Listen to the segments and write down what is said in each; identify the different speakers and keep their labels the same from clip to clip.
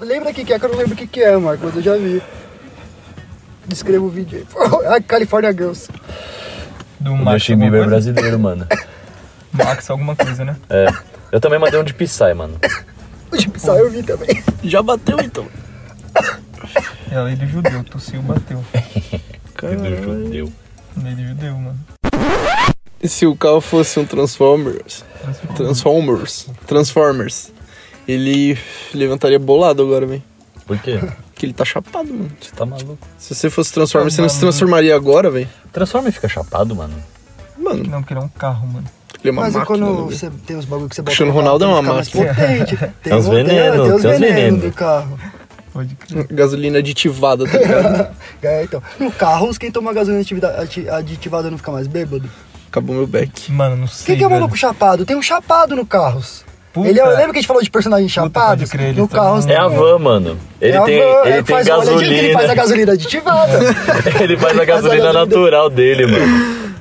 Speaker 1: Lembra o que, que é, que eu não lembro o que, que é, Marco, mas eu já vi. Descreva o vídeo aí. Ah, California Girls.
Speaker 2: Do
Speaker 3: O
Speaker 2: Max
Speaker 3: Justin
Speaker 2: alguma
Speaker 3: Bieber
Speaker 2: coisa?
Speaker 3: brasileiro, mano.
Speaker 2: Max alguma coisa, né?
Speaker 3: É. Eu também mandei um de Psy, mano.
Speaker 1: O de Psy eu vi também.
Speaker 4: Já bateu então.
Speaker 2: É a lei do judeu, tossiu, bateu.
Speaker 3: Do
Speaker 4: Caralho.
Speaker 3: judeu.
Speaker 2: Lei do judeu, mano.
Speaker 4: E se o carro fosse um Transformers?
Speaker 2: Transforma.
Speaker 4: Transformers. Transformers. Ele levantaria bolado agora, velho.
Speaker 3: Por quê?
Speaker 4: Porque ele tá chapado, mano.
Speaker 3: Você tá maluco?
Speaker 4: Se você fosse Transformers, você não se transformaria agora, velho?
Speaker 3: Transforma e fica chapado, mano.
Speaker 4: Mano,
Speaker 2: Não, porque ele é um carro, mano.
Speaker 4: ele é uma
Speaker 1: Mas e
Speaker 4: máquina.
Speaker 1: quando
Speaker 4: né, véi?
Speaker 1: você tem os bagulhos que você bota
Speaker 4: Cristiano
Speaker 1: no carro,
Speaker 4: Ronaldo é
Speaker 1: tem
Speaker 4: uma
Speaker 1: que ficar mais potente. Tem
Speaker 3: os
Speaker 1: um- tem-
Speaker 3: veneno,
Speaker 1: tem os
Speaker 3: tem os
Speaker 1: veneno
Speaker 3: veneno.
Speaker 1: do carro.
Speaker 2: Pode crer.
Speaker 4: Gasolina aditivada, tá ligado?
Speaker 1: É, então. No carro, os quem toma gasolina ativida- ati- aditivada não fica mais bêbado.
Speaker 4: Acabou meu back.
Speaker 2: Mano, não
Speaker 1: Quem
Speaker 2: sei.
Speaker 1: que é o
Speaker 2: velho.
Speaker 1: maluco chapado? Tem um chapado no Carros.
Speaker 2: Puta.
Speaker 1: Ele é, lembra que a gente falou de personagem chapado?
Speaker 2: pode crer, ele
Speaker 1: no
Speaker 2: tá-
Speaker 1: Carros
Speaker 3: É a van, mano. Ele
Speaker 1: um- É a
Speaker 3: tem,
Speaker 1: van,
Speaker 3: ele
Speaker 1: é,
Speaker 3: tem
Speaker 1: faz o olhadinho que
Speaker 3: gasolina.
Speaker 1: Ele faz a gasolina aditivada.
Speaker 3: Ele faz a
Speaker 1: Ele faz a
Speaker 3: gasolina
Speaker 1: gasolina.
Speaker 3: natural dele, mano.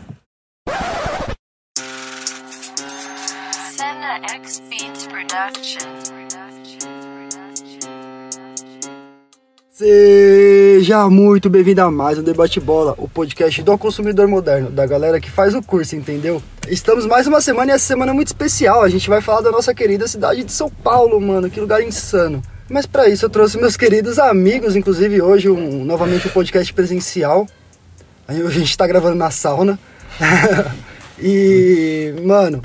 Speaker 5: Senna X Beats Production.
Speaker 1: Seja muito bem-vindo a mais um Debate Bola, o podcast do consumidor moderno, da galera que faz o curso, entendeu? Estamos mais uma semana e essa semana é muito especial. A gente vai falar da nossa querida cidade de São Paulo, mano, que lugar insano. Mas pra isso eu trouxe meus queridos amigos, inclusive hoje um, novamente um podcast presencial. A gente tá gravando na sauna. e, mano,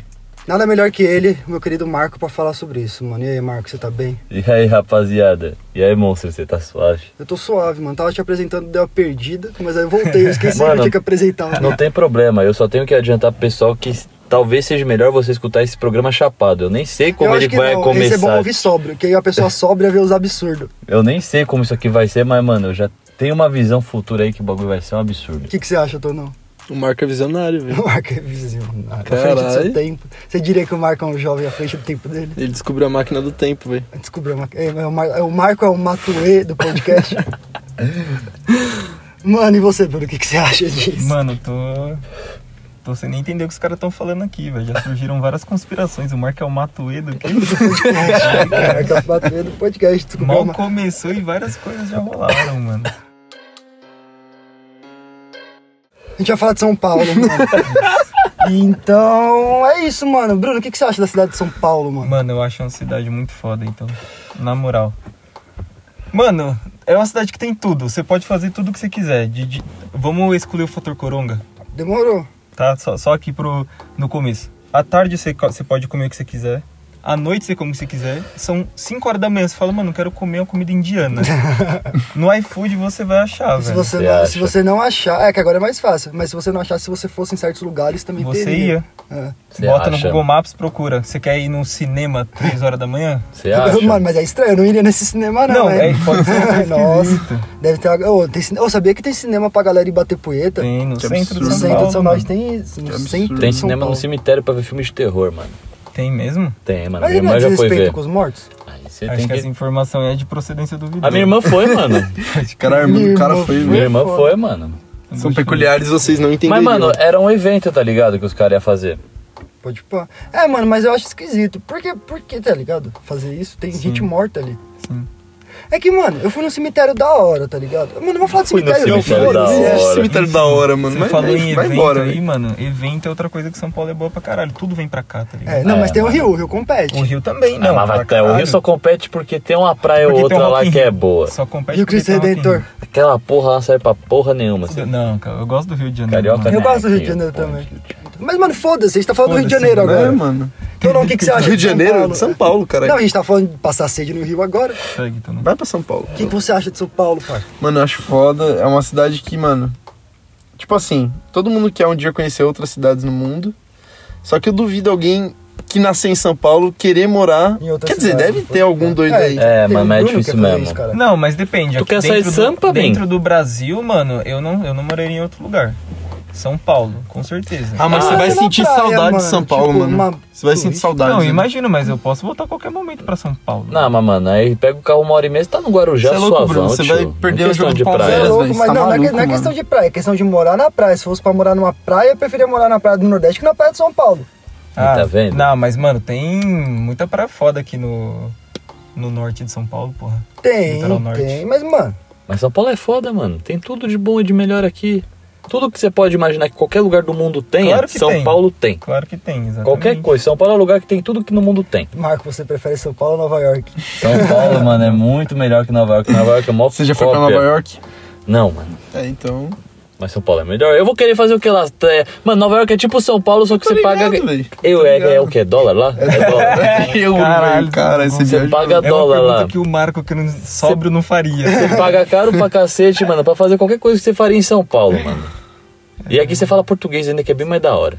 Speaker 1: nada melhor que ele, meu querido Marco, pra falar sobre isso, mano. E aí, Marco, você tá bem?
Speaker 3: E aí, rapaziada? E aí, monstro, você tá suave?
Speaker 1: Eu tô suave, mano. Tava te apresentando, deu uma perdida, mas aí eu voltei. Eu esqueci que
Speaker 3: Mano,
Speaker 1: eu tinha que apresentar.
Speaker 3: Não tem problema, eu só tenho que adiantar pro pessoal que talvez seja melhor você escutar esse programa chapado. Eu nem sei como
Speaker 1: eu
Speaker 3: ele
Speaker 1: acho que
Speaker 3: vai
Speaker 1: não. Esse
Speaker 3: começar.
Speaker 1: é bom ouvir sóbrio, que aí a pessoa sóbria vê os absurdos.
Speaker 3: Eu nem sei como isso aqui vai ser, mas, mano, eu já tenho uma visão futura aí que o bagulho vai ser um
Speaker 1: O
Speaker 3: absurdo.
Speaker 1: que, que você acha, Tonão?
Speaker 4: O Marco é visionário, velho.
Speaker 1: O Marco é visionário. À frente do seu
Speaker 4: Caralho.
Speaker 1: tempo. Você diria que o Marco é um jovem à frente do tempo dele?
Speaker 4: Ele descobriu a máquina do tempo, velho.
Speaker 1: Descobriu. Uma... É, é o, Mar... é, o Marco é o Matuê do podcast. mano, e você, Bruno? O que, que você acha disso?
Speaker 2: Mano, eu tô. Tô sem nem entender o que os caras estão falando aqui, velho. Já surgiram várias conspirações. O Marco é o Matuê do que?
Speaker 1: O Marco é o Matuê do podcast. Descobriu
Speaker 2: Mal
Speaker 1: uma...
Speaker 2: começou e várias coisas já rolaram, mano.
Speaker 1: A gente vai falar de São Paulo, mano. então, é isso, mano. Bruno, o que, que você acha da cidade de São Paulo, mano?
Speaker 2: Mano, eu acho uma cidade muito foda, então. Na moral. Mano, é uma cidade que tem tudo. Você pode fazer tudo o que você quiser. De- de- Vamos excluir o fator coronga,
Speaker 1: Demorou.
Speaker 2: tá? Só, só aqui pro... no começo. À tarde você, co- você pode comer o que você quiser. À noite você come o que você quiser. São 5 horas da manhã. Você fala, mano, eu quero comer uma comida indiana. no iFood você vai achar,
Speaker 1: Se
Speaker 2: velho.
Speaker 1: você,
Speaker 3: Você
Speaker 1: não,
Speaker 3: acha?
Speaker 1: se você não achar. É que agora é mais fácil. Mas se você não achar, se você fosse em certos lugares, também
Speaker 2: Você
Speaker 1: teria.
Speaker 2: ia.
Speaker 1: É.
Speaker 3: Você
Speaker 2: Bota no
Speaker 3: acha?
Speaker 2: Google Maps, procura. Você quer ir num cinema 3 horas da manhã?
Speaker 3: Você acha?
Speaker 1: Mano, mas é estranho, eu não iria nesse cinema, não.
Speaker 2: Não,
Speaker 1: né?
Speaker 2: é, pode ser um lugar esquisito.
Speaker 1: Nossa, deve ter. uma- Ô, tem cine- Ô, sabia que tem cinema pra galera ir bater poeta?
Speaker 2: Tem no
Speaker 4: Que
Speaker 2: centro
Speaker 1: No
Speaker 2: de
Speaker 4: absurdo.
Speaker 2: São
Speaker 1: centro
Speaker 2: Paulo.
Speaker 1: de São Paulo
Speaker 2: mano.
Speaker 1: tem isso. No
Speaker 4: Que absurdo.
Speaker 1: centro
Speaker 3: Tem
Speaker 1: de São
Speaker 3: cinema
Speaker 1: Paulo.
Speaker 3: no cemitério pra ver filme de terror, mano.
Speaker 2: Tem mesmo?
Speaker 3: Tem, mano.
Speaker 1: Mas
Speaker 3: Minha
Speaker 1: ele não
Speaker 3: irmã
Speaker 1: é
Speaker 3: já foi ver.
Speaker 1: desrespeito com os mortos?
Speaker 3: Aí você
Speaker 2: Acho
Speaker 3: tem
Speaker 2: que essa
Speaker 3: que...
Speaker 2: informação é de procedência duvidosa.
Speaker 3: A minha irmã foi, mano.
Speaker 4: Caralho,
Speaker 1: Minha
Speaker 4: irmão, o cara
Speaker 1: irmã
Speaker 4: foi,
Speaker 3: minha
Speaker 4: velho.
Speaker 3: irmã foi, mano.
Speaker 4: São peculiares, vocês não entendem.
Speaker 3: Mas, mano, era um evento, tá ligado? Que os caras iam fazer.
Speaker 1: Pode pôr. É, mano, mas eu acho esquisito. Por que, por que tá ligado? Fazer isso? Tem gente morta ali.
Speaker 2: Sim.
Speaker 1: É que, mano, eu fui no cemitério da hora, tá ligado? Mano, não vou falar de
Speaker 3: Fui no
Speaker 1: cemitério, não,
Speaker 3: cemitério da
Speaker 1: foda-se.
Speaker 3: hora.
Speaker 4: cemitério tá da hora, mano.
Speaker 2: Você
Speaker 4: Mas
Speaker 2: falou
Speaker 4: vai-
Speaker 2: em
Speaker 4: vai
Speaker 2: evento
Speaker 4: embora,
Speaker 2: aí,
Speaker 4: velho.
Speaker 2: mano. Evento é outra coisa que São Paulo é boa pra caralho. Tudo vem pra cá, tá ligado?
Speaker 1: É, não,
Speaker 3: É,
Speaker 1: mas tem o
Speaker 3: mano.
Speaker 1: Rio, o Rio compete.
Speaker 2: O Rio também,
Speaker 3: Não,
Speaker 2: não.
Speaker 3: mas
Speaker 2: pra
Speaker 3: vai, tá, o Rio
Speaker 2: caralho.
Speaker 3: só compete porque tem uma praia ou
Speaker 2: Porque tem
Speaker 3: outra
Speaker 2: um
Speaker 3: lá
Speaker 2: Rock in
Speaker 3: que é
Speaker 2: Rio.
Speaker 3: boa.
Speaker 2: Só compete
Speaker 1: Rio
Speaker 2: porque
Speaker 1: Cristo
Speaker 2: tem um Rock in
Speaker 1: Redentor.
Speaker 3: Aquela porra lá serve pra porra nenhuma. assim.
Speaker 2: Rio. Não, cara, eu gosto do Rio de Janeiro.
Speaker 3: Carioca
Speaker 2: mano.
Speaker 1: Eu gosto do Rio de
Speaker 3: Nequinho,
Speaker 1: Janeiro
Speaker 3: pô,
Speaker 1: também. Mas, mano, foda-se, a gente tá falando do Rio de
Speaker 2: Foda-se,
Speaker 1: Janeiro
Speaker 2: né?
Speaker 1: agora.
Speaker 4: É, mano.
Speaker 1: Então, não, o que, que você acha?
Speaker 4: Rio de Janeiro?
Speaker 1: São
Speaker 4: São
Speaker 1: Paulo. Não,
Speaker 4: Paulo,
Speaker 1: a
Speaker 4: cara.
Speaker 1: gente tá falando de passar sede no Rio agora.
Speaker 2: Segue, então, né?
Speaker 4: Vai pra São Paulo.
Speaker 1: O que, que você acha de São Paulo, pai?
Speaker 4: Mano, eu acho foda. É uma cidade que, mano. Tipo assim, todo mundo quer um dia conhecer outras cidades no mundo. Só que eu duvido alguém que nascer em São Paulo querer morar.
Speaker 1: Em outra
Speaker 4: Quer dizer,
Speaker 1: cidade,
Speaker 4: deve
Speaker 1: pode
Speaker 4: ter algum doido aí.
Speaker 3: É,
Speaker 1: Teve
Speaker 3: mas
Speaker 1: um
Speaker 3: é
Speaker 1: Bruno
Speaker 3: difícil
Speaker 1: que falou
Speaker 3: mesmo.
Speaker 1: isso, cara.
Speaker 2: Não, mas depende.
Speaker 3: Tu
Speaker 2: Aqui
Speaker 3: quer sair
Speaker 2: dentro
Speaker 3: de
Speaker 2: do-
Speaker 3: Sampa, bem?
Speaker 2: Dentro do Brasil, mano, eu não, eu não moraria em outro lugar. São Paulo, com certeza.
Speaker 4: Ah, mas
Speaker 3: Ah,
Speaker 4: você vai
Speaker 1: na
Speaker 4: sentir
Speaker 1: praia,
Speaker 4: saudade de
Speaker 1: mano.
Speaker 4: São Paulo,
Speaker 1: Tipo,
Speaker 4: mano.
Speaker 1: uma-
Speaker 4: Você vai
Speaker 1: Pô,
Speaker 4: sentir
Speaker 1: isso-
Speaker 4: saudade.
Speaker 2: não,
Speaker 4: né?
Speaker 2: imagino, mas eu posso voltar a qualquer momento pra São Paulo.
Speaker 3: Não, mas, mano, aí pega o carro uma hora e meia, você tá no Guarujá,
Speaker 4: Você é louco,
Speaker 3: sua
Speaker 4: Bruno,
Speaker 3: van,
Speaker 4: você
Speaker 3: tio.
Speaker 4: vai
Speaker 3: Não
Speaker 4: perder
Speaker 3: é
Speaker 4: o
Speaker 3: questão
Speaker 4: jogo
Speaker 3: de
Speaker 4: do
Speaker 1: Você
Speaker 3: praia.
Speaker 1: é
Speaker 4: Palmeiras,
Speaker 1: louco,
Speaker 4: velho,
Speaker 1: mas
Speaker 4: tá
Speaker 1: não, não é que-
Speaker 4: maluco,
Speaker 1: não é questão
Speaker 4: mano.
Speaker 1: de praia, é questão de morar na praia. Se fosse pra morar numa praia, eu preferia morar na praia do Nordeste que na praia de São Paulo.
Speaker 2: Ah,
Speaker 3: tá vendo?
Speaker 2: Não, mas, mano, tem muita praia foda aqui no, no norte de São Paulo, porra.
Speaker 1: Tem,
Speaker 2: Litoral Norte.
Speaker 1: tem. Mas, mano,
Speaker 3: Mas São Paulo é foda, mano. Tem tudo de bom e de melhor aqui. Tudo que você pode imaginar que qualquer lugar do mundo tenha,
Speaker 2: Claro que
Speaker 3: São
Speaker 2: tem.
Speaker 3: Paulo tem.
Speaker 2: Claro que tem, exatamente.
Speaker 3: Qualquer coisa. São Paulo é um lugar que tem tudo que no mundo tem.
Speaker 1: Marco, você prefere São Paulo ou Nova York?
Speaker 3: São Paulo, mano, é muito melhor que Nova York. Nova York é mó
Speaker 4: Você já foi pra
Speaker 3: cópia.
Speaker 4: Nova York?
Speaker 3: Não, mano.
Speaker 4: É, então.
Speaker 3: Mas São Paulo é melhor. Eu vou querer fazer o que lá? É, Mano, Nova York é tipo São Paulo, só que
Speaker 4: Tô
Speaker 3: você paga.
Speaker 4: ligado, véi.
Speaker 3: Eu
Speaker 4: Tô
Speaker 3: é,
Speaker 4: ligado.
Speaker 3: é o quê? Dólar lá? É dólar.
Speaker 4: Eu,
Speaker 2: Caralho,
Speaker 4: velho, cara, esse
Speaker 3: Você
Speaker 4: viagem.
Speaker 3: paga
Speaker 2: É uma
Speaker 3: dólar
Speaker 2: pergunta
Speaker 3: lá.
Speaker 2: que o Marco, que não sóbrio, não faria.
Speaker 3: Você paga caro pra cacete, mano, pra fazer qualquer coisa que você faria em São Paulo, mano. E aqui você fala português ainda, que é bem mais da hora.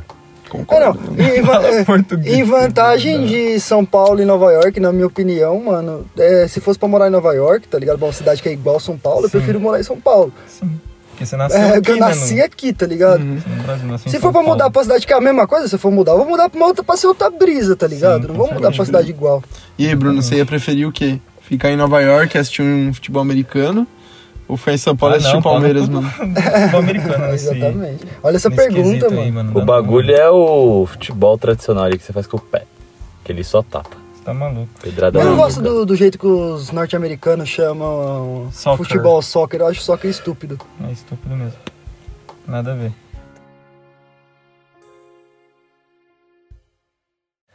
Speaker 1: É, não. E, em va-
Speaker 2: Fala
Speaker 1: é,
Speaker 2: português.
Speaker 1: em vantagem de São Paulo e Nova York, na minha opinião, mano, é, se fosse pra morar em Nova York, tá ligado? Uma cidade que é igual São Paulo, eu prefiro morar em São Paulo.
Speaker 2: Sim. Porque você nasceu
Speaker 1: É,
Speaker 2: aqui,
Speaker 1: que eu
Speaker 2: né,
Speaker 1: nasci
Speaker 2: mano?
Speaker 1: aqui, tá ligado?
Speaker 2: Você não nasce- nasce em
Speaker 1: Se
Speaker 2: São
Speaker 1: for pra
Speaker 2: Paulo.
Speaker 1: mudar pra cidade que é a mesma coisa, se eu for mudar, eu vou mudar pra, uma outra, pra ser outra brisa, tá ligado?
Speaker 2: Sim,
Speaker 1: Não vou
Speaker 2: com
Speaker 1: mudar pra
Speaker 2: certeza.
Speaker 1: cidade igual.
Speaker 4: E aí, Bruno, você ia preferir o quê? Ficar em Nova York e assistir um futebol americano? Ou ficar em São Paulo e
Speaker 2: Ah, não,
Speaker 4: assistir o Palmeiras,
Speaker 2: fala
Speaker 4: mano?
Speaker 2: tudo Tipo americano nesse,
Speaker 1: Exatamente. Olha essa
Speaker 2: nesse quesito
Speaker 1: pergunta,
Speaker 2: aí,
Speaker 1: mano.
Speaker 2: mano.
Speaker 3: O bagulho é o futebol tradicional ali que você faz com o pé. Que ele só tapa.
Speaker 2: Você tá maluco.
Speaker 3: Pedrada
Speaker 1: Eu não
Speaker 3: na
Speaker 1: gosto
Speaker 3: nuca.
Speaker 1: do, do jeito que os norte-americanos chamam
Speaker 2: Soccer.
Speaker 1: futebol soccer. Eu acho soccer estúpido.
Speaker 2: É estúpido mesmo. Nada a ver.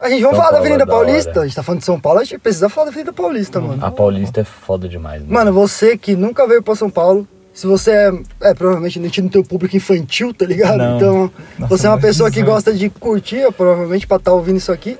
Speaker 1: A gente vamos
Speaker 3: São
Speaker 1: falar da
Speaker 3: Paulo é
Speaker 1: Avenida
Speaker 3: da hora.
Speaker 1: Paulista? A gente tá falando de São Paulo, a gente precisa falar da Avenida Paulista, mano.
Speaker 3: A Paulista é foda demais, mano.
Speaker 1: Mano, você que nunca veio pra São Paulo, se você é. É, provavelmente a gente não tem o público infantil, tá ligado?
Speaker 2: Não.
Speaker 1: Então,
Speaker 2: Nossa,
Speaker 1: você é uma
Speaker 2: mas
Speaker 1: pessoa que
Speaker 2: bizarro.
Speaker 1: gosta de curtir, provavelmente, pra estar ouvindo isso aqui.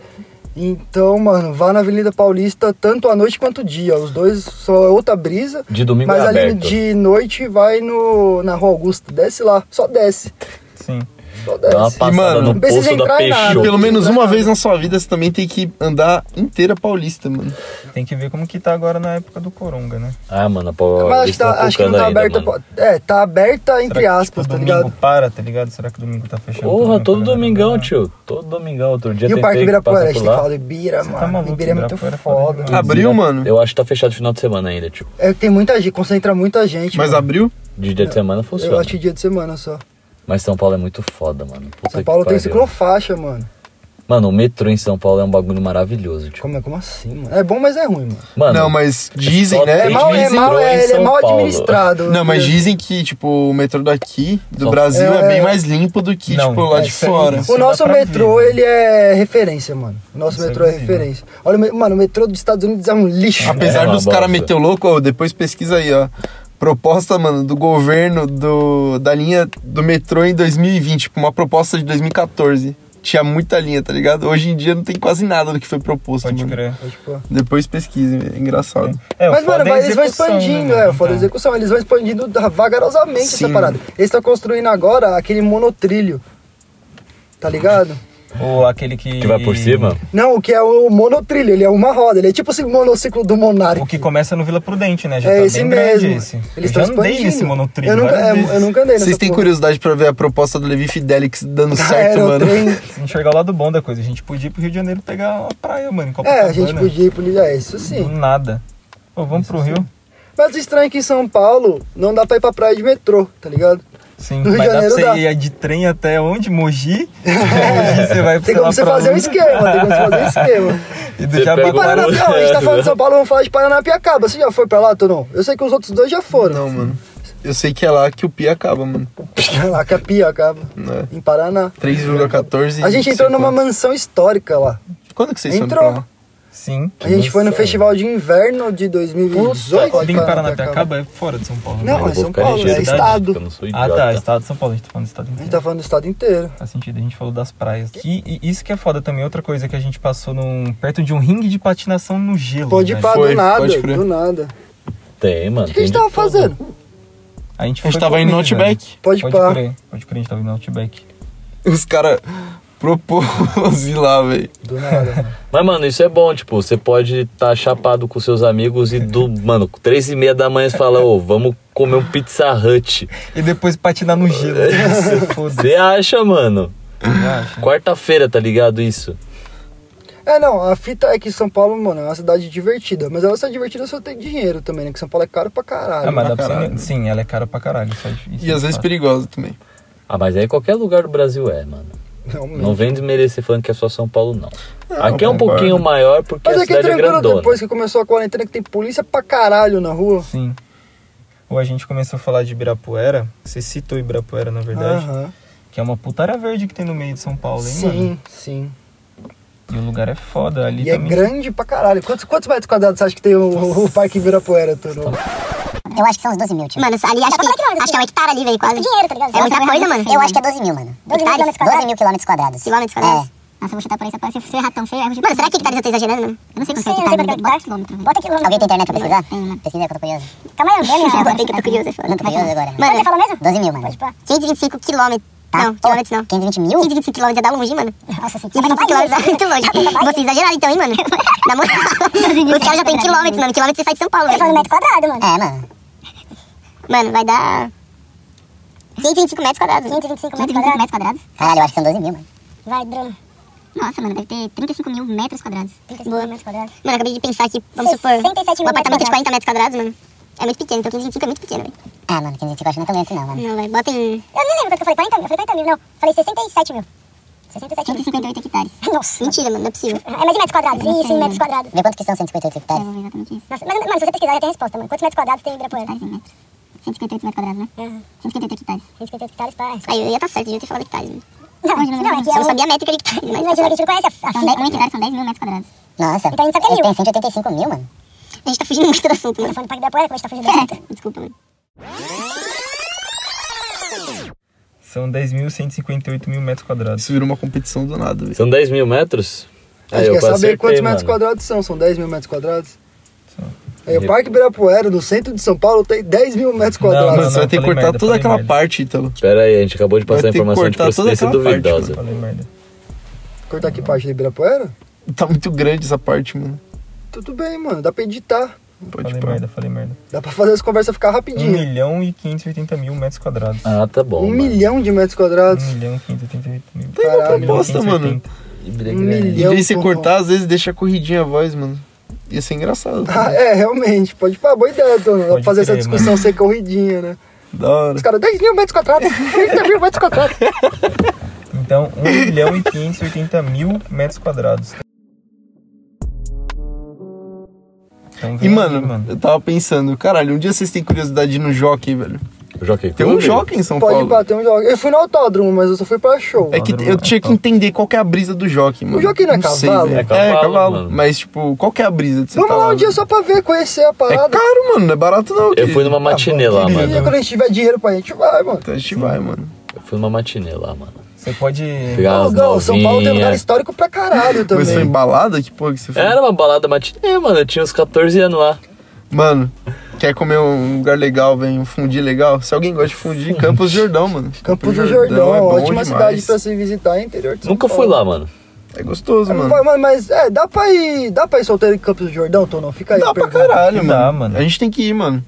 Speaker 1: Então, mano, vá na Avenida Paulista tanto à noite quanto dia. Os dois só é outra brisa.
Speaker 3: De domingo
Speaker 1: Mas
Speaker 3: é
Speaker 1: ali
Speaker 3: aberto.
Speaker 1: de noite vai no, na Rua Augusta. Desce lá, só desce.
Speaker 2: Sim.
Speaker 1: Só
Speaker 3: Dá uma
Speaker 1: desce.
Speaker 3: passada
Speaker 4: mano,
Speaker 3: no
Speaker 1: não precisa
Speaker 3: poço da
Speaker 1: entrar em nada.
Speaker 3: Peixoto.
Speaker 4: Pelo menos uma vez na sua vida você também tem que andar inteira paulista, mano.
Speaker 2: Tem que ver como que tá agora na época do Coronga, né?
Speaker 3: Ah, mano, a Paulista
Speaker 1: Mas acho que, tá,
Speaker 3: tá
Speaker 1: acho que não tá
Speaker 3: focando ainda,
Speaker 1: aberta.
Speaker 3: mano.
Speaker 1: pra- É, tá aberta entre
Speaker 2: Será que,
Speaker 1: aspas,
Speaker 2: tipo,
Speaker 1: tá
Speaker 2: domingo
Speaker 1: ligado?
Speaker 2: para, tá ligado? Será que domingo tá fechando?
Speaker 3: Porra,
Speaker 2: mundo
Speaker 3: todo
Speaker 2: pra galera
Speaker 3: domingão,
Speaker 2: andar?
Speaker 3: tio. Todo domingão. Outro
Speaker 1: E
Speaker 3: dia
Speaker 1: o
Speaker 3: tentei
Speaker 1: Parque Ibirapuera, a
Speaker 3: passar
Speaker 1: gente
Speaker 3: por
Speaker 1: tem que falar
Speaker 3: lá.
Speaker 1: do Ibira,
Speaker 2: Você tá
Speaker 1: mano.
Speaker 2: maluco,
Speaker 1: Ibira é muito
Speaker 2: Ibirapuera é
Speaker 1: foda.
Speaker 2: foda.
Speaker 4: Abriu,
Speaker 1: né?
Speaker 4: mano?
Speaker 3: Eu acho que tá fechado final de semana ainda, tio.
Speaker 1: É que tem muita gente, concentra muita gente.
Speaker 4: Mas
Speaker 1: mano.
Speaker 4: abriu?
Speaker 3: De dia de semana funciona.
Speaker 1: Eu acho que dia de semana só.
Speaker 3: Mas São Paulo é muito foda, mano. Puta
Speaker 1: São
Speaker 3: que
Speaker 1: Paulo tem
Speaker 3: pariu.
Speaker 1: ciclofaixa, mano.
Speaker 3: Mano, o metrô em São Paulo é um bagulho maravilhoso, tio.
Speaker 1: Como, é- como assim, mano? É bom, mas é ruim, mano.
Speaker 3: Mano,
Speaker 4: Não, mas dizem,
Speaker 3: Ah, Só
Speaker 4: né?
Speaker 1: É
Speaker 3: tem
Speaker 1: mal, é
Speaker 3: metrô
Speaker 1: mal,
Speaker 3: em
Speaker 1: é, ele é
Speaker 3: São
Speaker 1: mal
Speaker 3: Paulo.
Speaker 1: administrado.
Speaker 4: Não, mas
Speaker 1: É.
Speaker 4: dizem que, tipo, o metrô daqui do
Speaker 3: Só-
Speaker 4: Brasil é,
Speaker 1: É.
Speaker 4: bem mais limpo do que,
Speaker 2: Não,
Speaker 4: tipo, lá de
Speaker 2: isso é-
Speaker 4: fora.
Speaker 2: isso
Speaker 1: O
Speaker 2: dá
Speaker 1: nosso
Speaker 2: pra
Speaker 1: metrô,
Speaker 2: ver, né?
Speaker 1: ele é referência, mano. O nosso
Speaker 2: Isso é
Speaker 1: metrô é
Speaker 2: visível.
Speaker 1: referência. Olha, o me- mano, o metrô dos Estados Unidos é um lixo.
Speaker 4: Apesar
Speaker 3: É uma
Speaker 4: dos caras
Speaker 3: bosta.
Speaker 4: meter o louco, ó, depois pesquisa aí, ó. Proposta, mano, do governo do, da linha do metrô em 2020, tipo, uma proposta de 2014. Tinha muita linha, tá ligado? Hoje em dia não tem quase nada do que foi proposto,
Speaker 2: Pode
Speaker 4: mano.
Speaker 2: crer.
Speaker 1: É, tipo,
Speaker 4: Depois pesquisem, é engraçado.
Speaker 2: É, o
Speaker 1: Mas,
Speaker 2: foda
Speaker 1: mano,
Speaker 2: é a
Speaker 1: vai- eles vão
Speaker 2: execução,
Speaker 1: expandindo,
Speaker 2: né,
Speaker 1: é,
Speaker 2: mano?
Speaker 1: fora a execução, eles vão expandindo da- vagarosamente
Speaker 4: Sim.
Speaker 1: essa parada. Eles estão construindo agora aquele monotrilho. Tá ligado?
Speaker 2: Ou aquele que.
Speaker 3: Que vai por cima?
Speaker 1: Não, o que é o monotrilho, ele é uma roda, ele é tipo esse monociclo do Monark.
Speaker 2: O que começa no Vila Prudente, né? Já
Speaker 1: é
Speaker 2: tá
Speaker 1: esse
Speaker 2: bem
Speaker 1: mesmo.
Speaker 2: grande esse.
Speaker 1: Eles
Speaker 2: eu
Speaker 1: estão
Speaker 2: já andei
Speaker 1: expandindo.
Speaker 2: nesse monotrilho.
Speaker 1: eu nunca,
Speaker 2: várias
Speaker 1: é,
Speaker 2: vezes.
Speaker 1: eu nunca andei nessa
Speaker 4: Vocês têm
Speaker 1: porra.
Speaker 4: curiosidade pra ver a proposta do Levi Fidelix dando certo, mano?
Speaker 1: Aerotrem.
Speaker 2: Se enxergar o lado bom da coisa. A gente podia ir pro Rio de Janeiro pegar uma praia, mano. Uhum. em
Speaker 1: É,
Speaker 2: Copacabana.
Speaker 1: a gente podia ir pro Liga, é isso
Speaker 2: Do
Speaker 1: sim.
Speaker 2: nada. Pô, vamos pro Rio?
Speaker 1: Mas o estranho é que em São Paulo não dá pra ir pra praia de metrô, tá ligado?
Speaker 2: Sim.
Speaker 1: Do Rio
Speaker 2: Mas
Speaker 1: de
Speaker 2: dá pra
Speaker 1: Janeiro
Speaker 2: você
Speaker 1: dá.
Speaker 2: ir de trem até onde? Mogi? De Mogi você vai
Speaker 1: Tem
Speaker 2: sei lá,
Speaker 1: como você
Speaker 2: pra
Speaker 1: fazer um
Speaker 2: onde?
Speaker 1: esquema, tem como você fazer um esquema.
Speaker 2: E do
Speaker 3: Você pega o
Speaker 2: Jabaquara.
Speaker 1: Paraná,
Speaker 3: Maravilha,
Speaker 1: não, a gente tá falando de
Speaker 3: né?
Speaker 1: São Paulo, vamos falar de Paranapiacaba. Você já foi pra lá, Tonão? Eu sei que os outros dois já foram.
Speaker 4: Não, mano. Eu sei que é lá que o Pi acaba, mano.
Speaker 1: lá que a pia acaba.
Speaker 4: Né?
Speaker 1: Em Paraná.
Speaker 4: 3,14.
Speaker 1: A gente entrou numa mansão histórica lá.
Speaker 4: Quando que vocês foram
Speaker 1: Entrou.
Speaker 4: pra lá?
Speaker 2: Sim.
Speaker 1: A gente foi no
Speaker 3: mansão.
Speaker 1: Festival de Inverno de 2018.
Speaker 2: Bem
Speaker 1: em
Speaker 2: Paranapiacaba é fora de São Paulo.
Speaker 1: Não,
Speaker 2: né?
Speaker 3: Eu
Speaker 1: mas
Speaker 3: vou
Speaker 1: São
Speaker 3: ficar
Speaker 1: Paulo,
Speaker 3: enchendo
Speaker 1: é
Speaker 3: de
Speaker 1: estado.
Speaker 3: porque eu não sou
Speaker 2: Ah,
Speaker 3: idiota.
Speaker 2: tá. Estado de São Paulo. A gente tá falando do estado
Speaker 1: A
Speaker 2: inteiro.
Speaker 1: gente tá falando do estado inteiro.
Speaker 2: Faz sentido, a gente falou das praias. Que, e isso que é foda também. Outra coisa que a gente passou num, perto de um ringue de patinação no gelo. né?
Speaker 1: Pode ir
Speaker 2: velho.
Speaker 1: pra
Speaker 4: Foi,
Speaker 1: do nada,
Speaker 4: pode crer.
Speaker 1: do nada.
Speaker 3: Tem, mano.
Speaker 1: O que a
Speaker 3: tem
Speaker 1: gente
Speaker 3: de
Speaker 1: tava
Speaker 3: tudo.
Speaker 1: fazendo?
Speaker 2: A gente,
Speaker 4: A gente
Speaker 2: foi
Speaker 4: tava
Speaker 2: comigo,
Speaker 4: indo no
Speaker 2: velho.
Speaker 4: Outback.
Speaker 1: Pode
Speaker 2: Pode
Speaker 1: pá.
Speaker 2: crer, pode crer, a gente tava indo no Outback.
Speaker 4: Os caras propôs ir lá, velho.
Speaker 1: Do nada. mano.
Speaker 3: Mas, mano, isso é bom, tipo, você pode estar chapado com seus amigos e do, mano, três e meia da manhã você fala, ô, vamos comer um Pizza Hut.
Speaker 2: E depois patinar no gelo.
Speaker 1: É.
Speaker 2: Nossa, foda-se.
Speaker 3: Você acha, mano?
Speaker 2: eu acho.
Speaker 3: Quarta-feira, tá ligado isso?
Speaker 1: É, não, a fita é que São Paulo, mano, é uma cidade divertida. Mas ela só é divertida se você tem dinheiro também, né? Que São Paulo é caro pra caralho.
Speaker 2: Ah, mas dá pra
Speaker 4: caralho.
Speaker 2: você... Sim, ela é cara pra caralho. Isso é difícil.
Speaker 4: E às vezes perigosa também.
Speaker 3: Ah, mas aí qualquer lugar do Brasil é, mano.
Speaker 1: Realmente.
Speaker 3: Não vem desmerecer falando que é só São Paulo, não. aqui é um
Speaker 4: concordo.
Speaker 3: pouquinho maior porque
Speaker 1: Mas
Speaker 3: a
Speaker 1: aqui é
Speaker 3: cidade é
Speaker 1: tranquilo
Speaker 3: grandona.
Speaker 1: depois que começou a quarentena, que tem polícia pra caralho na rua.
Speaker 2: Sim. Ou a gente começou a falar de Ibirapuera. Você citou Ibirapuera, na verdade.
Speaker 1: Aham.
Speaker 2: Que é uma putaria verde que tem no meio de São Paulo, hein, mano?
Speaker 1: Sim, sim.
Speaker 2: E o lugar é foda. Ali
Speaker 1: E é
Speaker 2: também.
Speaker 1: grande pra caralho. Quantos, quantos metros quadrados você acha que tem o, o Parque Ibirapuera, Turu?
Speaker 3: Tá.
Speaker 6: Eu acho que são os 12 mil, tio.
Speaker 7: Mano, ali acho que, acho que é um hectare ali, velho, quase.
Speaker 6: dinheiro, tá ligado?
Speaker 7: É muita
Speaker 6: Nossa,
Speaker 7: coisa,
Speaker 6: muito
Speaker 7: mano.
Speaker 6: feio,
Speaker 7: Eu
Speaker 6: mano.
Speaker 7: acho que é 12 mil, mano.
Speaker 6: 12 mil quilômetros
Speaker 7: Hectares,
Speaker 6: quadrados.
Speaker 7: 12 mil quilômetros quadrados.
Speaker 6: Quilômetros quadrados?
Speaker 7: É.
Speaker 6: Nossa, eu vou chutar por aí, só pra se eu errar tão feio, eu vou chutar.
Speaker 7: Mano, será que hectares eu tô exagerando, mano? é um Eu não sei é.
Speaker 6: Não sei, não sei
Speaker 7: quantos é hectares,
Speaker 6: quanto
Speaker 7: mano.
Speaker 6: dá.
Speaker 7: Bota quilômetro.
Speaker 6: Bota quilômetro.
Speaker 7: Alguém tem internet pra pesquisar?
Speaker 6: Tem, mano.
Speaker 7: Pesquisa aí que eu tô curioso.
Speaker 6: Calma aí, eu ganho,
Speaker 7: Agora
Speaker 6: né?
Speaker 7: tem que eu tô curioso, é foda.
Speaker 6: Não tô curioso agora.
Speaker 7: Mano, Tá,
Speaker 6: Quanto você falou mesmo?
Speaker 7: 12 mil, mano.
Speaker 6: Pode pá.
Speaker 7: 525 quilômetros. Não, quilômetros não.
Speaker 6: 520 mil?
Speaker 7: 525 quilômetros já dá longe, hein, mano?
Speaker 6: Nossa senhora.
Speaker 7: 525 quilômetros é muito longe. Vocês exageraram então, hein, mano? Na moral, os caras já tem quilômetros, mano. Quilômetros você tá sai de São Paulo,
Speaker 6: Eu falo
Speaker 7: velho.
Speaker 6: metro quadrado, mano.
Speaker 7: É, mano. Mano, vai dar. 125 metros quadrados.
Speaker 6: 125 metros
Speaker 7: 125 metros quadrados.
Speaker 6: Caralho, eu acho que são 12 mil, mano. Vai, Bruno.
Speaker 7: Nossa, mano, deve ter 35 mil metros quadrados.
Speaker 6: 35
Speaker 7: Boa.
Speaker 6: metros quadrados.
Speaker 7: Mano, acabei de pensar que, vamos supor,
Speaker 6: 67
Speaker 7: um
Speaker 6: mil
Speaker 7: apartamento
Speaker 6: metros
Speaker 7: de 40 metros quadrados, mano, é muito pequeno, então 125 é muito pequeno, velho.
Speaker 6: Ah, mano, 525 eu acho que não é tão grande assim, não, mano.
Speaker 7: Não, vai, bota em
Speaker 6: Eu nem lembro quanto que eu falei, 40 mil. Eu falei 40 mil, não. Falei 67 mil. 67 mil.
Speaker 7: 158 hectares.
Speaker 6: Nossa.
Speaker 7: Mentira, mano, não é possível.
Speaker 6: É mais em metros quadrados. Isso, em metros quadrados.
Speaker 7: Vê quanto que são 158
Speaker 6: hectares.
Speaker 7: É, exatamente isso.
Speaker 6: Nossa, mas, mano, se você pesquisar já tem a resposta, mano. Quantos metros quadrados tem Ibirapuera?
Speaker 7: Hectares em metros. 158 metros quadrados, né?
Speaker 6: Uhum.
Speaker 7: 158 hectares.
Speaker 6: 158 hectares pra...
Speaker 7: Aí eu ia estar certo, devia ter falado hectares, mano.
Speaker 6: Não, não, é que
Speaker 7: Só
Speaker 6: é
Speaker 7: não
Speaker 6: um...
Speaker 7: sabia a métrica de hectares, mas...
Speaker 6: Imagina que tipo, a gente não conhece a, a
Speaker 7: São 10,
Speaker 6: física.
Speaker 7: um hectare são 10 mil metros quadrados.
Speaker 6: Nossa. Então a gente sabe que é
Speaker 7: Ele
Speaker 6: mil.
Speaker 7: tem 185 mil, mano. A gente tá fugindo muito do assunto,
Speaker 6: Tá
Speaker 7: mano.
Speaker 6: falando do Parque Ibirapuera, como a gente tá fugindo do assunto.
Speaker 7: Desculpa, mano.
Speaker 2: São 10.158 mil metros quadrados.
Speaker 4: Isso virou uma competição do nada, velho.
Speaker 3: São 10 mil metros?
Speaker 1: Acho que
Speaker 3: eu
Speaker 1: quer saber
Speaker 3: acertei,
Speaker 1: quantos metros
Speaker 3: mano.
Speaker 1: quadrados são. São 10 mil metros quadrados?
Speaker 2: São.
Speaker 1: Aí, o Parque Ibirapuera, no centro de São Paulo, tem 10 mil metros quadrados.
Speaker 4: Mano, você vai ter que
Speaker 2: falei
Speaker 4: cortar
Speaker 2: merda,
Speaker 4: toda
Speaker 2: falei
Speaker 4: aquela
Speaker 2: merda.
Speaker 4: parte, Ítalo.
Speaker 3: Pera aí, a gente acabou de passar a
Speaker 4: Vai ter que
Speaker 3: informação de
Speaker 4: cortar toda
Speaker 3: procedência
Speaker 4: aquela parte,
Speaker 1: é
Speaker 3: duvidosa.
Speaker 2: Falei merda.
Speaker 1: Cortar que parte do Ibirapuera?
Speaker 4: Tá muito grande essa parte, mano.
Speaker 1: Tudo bem, mano. Dá pra editar.
Speaker 4: Pode
Speaker 2: Falei
Speaker 4: parar.
Speaker 2: merda, falei merda.
Speaker 1: Dá pra fazer as conversas ficar
Speaker 2: 1
Speaker 1: rapidinho.
Speaker 2: milhão e 580 mil metros quadrados.
Speaker 3: Ah, tá bom.
Speaker 1: Um
Speaker 3: mano.
Speaker 1: milhão de metros quadrados.
Speaker 2: 1 milhão e 588 mil.
Speaker 4: Tem uma
Speaker 1: Caralho,
Speaker 4: proposta, mano.
Speaker 1: Um milhão.
Speaker 4: Em vez de você
Speaker 1: por-
Speaker 4: cortar, às vezes deixa corridinha a voz, mano. Ia ser engraçado. né?
Speaker 1: Ah, é, realmente. Pode pá, boa ideia, Dono. Dá pra
Speaker 2: Pode
Speaker 1: fazer essa
Speaker 2: crer,
Speaker 1: discussão ser corridinha, né?
Speaker 4: Da hora.
Speaker 1: Os caras, 10 mil metros quadrados. 10 mil metros quadrados.
Speaker 2: Então, 1 milhão e 580 mil metros quadrados. Então,
Speaker 4: E,
Speaker 3: É,
Speaker 2: vem aqui,
Speaker 4: mano, eu tava pensando, caralho, um dia vocês têm curiosidade de ir no jockey, velho.
Speaker 3: Jockey
Speaker 4: Tem um
Speaker 3: Club?
Speaker 4: jockey em São
Speaker 1: Pode
Speaker 4: Paulo.
Speaker 1: pá, tem um jogo. Eu fui no autódromo, mas eu só fui pra show.
Speaker 4: É que eu tinha que entender qual que é a brisa do jockey, mano.
Speaker 1: jockey não é
Speaker 4: sei,
Speaker 1: cavalo?
Speaker 4: velho.
Speaker 3: É cavalo,
Speaker 4: É, cavalo.
Speaker 3: mano.
Speaker 4: Mas, tipo, qual que é a brisa de você
Speaker 1: Vamos
Speaker 4: tá
Speaker 1: lá um
Speaker 4: lá,
Speaker 1: dia
Speaker 4: velho?
Speaker 1: só pra ver, conhecer a
Speaker 4: É
Speaker 1: parada.
Speaker 4: caro, mano, não é barato não,
Speaker 3: Eu fui
Speaker 4: querido.
Speaker 3: numa matinê lá,
Speaker 1: E
Speaker 3: mano.
Speaker 1: quando a gente tiver dinheiro pra gente, vai, mano.
Speaker 4: Então a gente vai, mano.
Speaker 3: Eu fui numa matinê lá, mano.
Speaker 2: Você pode.
Speaker 3: Pegar as
Speaker 1: Não, São Paulo tem um lugar
Speaker 3: novinhas.
Speaker 1: histórico pra caralho
Speaker 4: Mas foi
Speaker 1: também.
Speaker 4: embalada? Que porra que você foi?
Speaker 3: Era uma balada matinê, mano. Eu tinha uns 14 anos lá.
Speaker 4: Mano, quer comer um lugar legal, velho? Um fundi legal? Se alguém gosta de fundir, Campos do Jordão, mano.
Speaker 1: Campos do Jordão,
Speaker 4: é bom
Speaker 1: ótima
Speaker 4: demais.
Speaker 1: cidade pra se visitar, é interior de São
Speaker 3: Nunca fui
Speaker 1: Paulo.
Speaker 3: lá, mano.
Speaker 4: É gostoso,
Speaker 1: É,
Speaker 4: mano.
Speaker 1: mas- Mas é, dá pra ir. Dá pra ir solteiro em Campos do Jordão, Tô não? Fica aí.
Speaker 4: Dá pra
Speaker 1: pergunta.
Speaker 4: caralho,
Speaker 2: Que
Speaker 4: mano.
Speaker 2: dá, mano.
Speaker 4: A gente tem que ir, mano.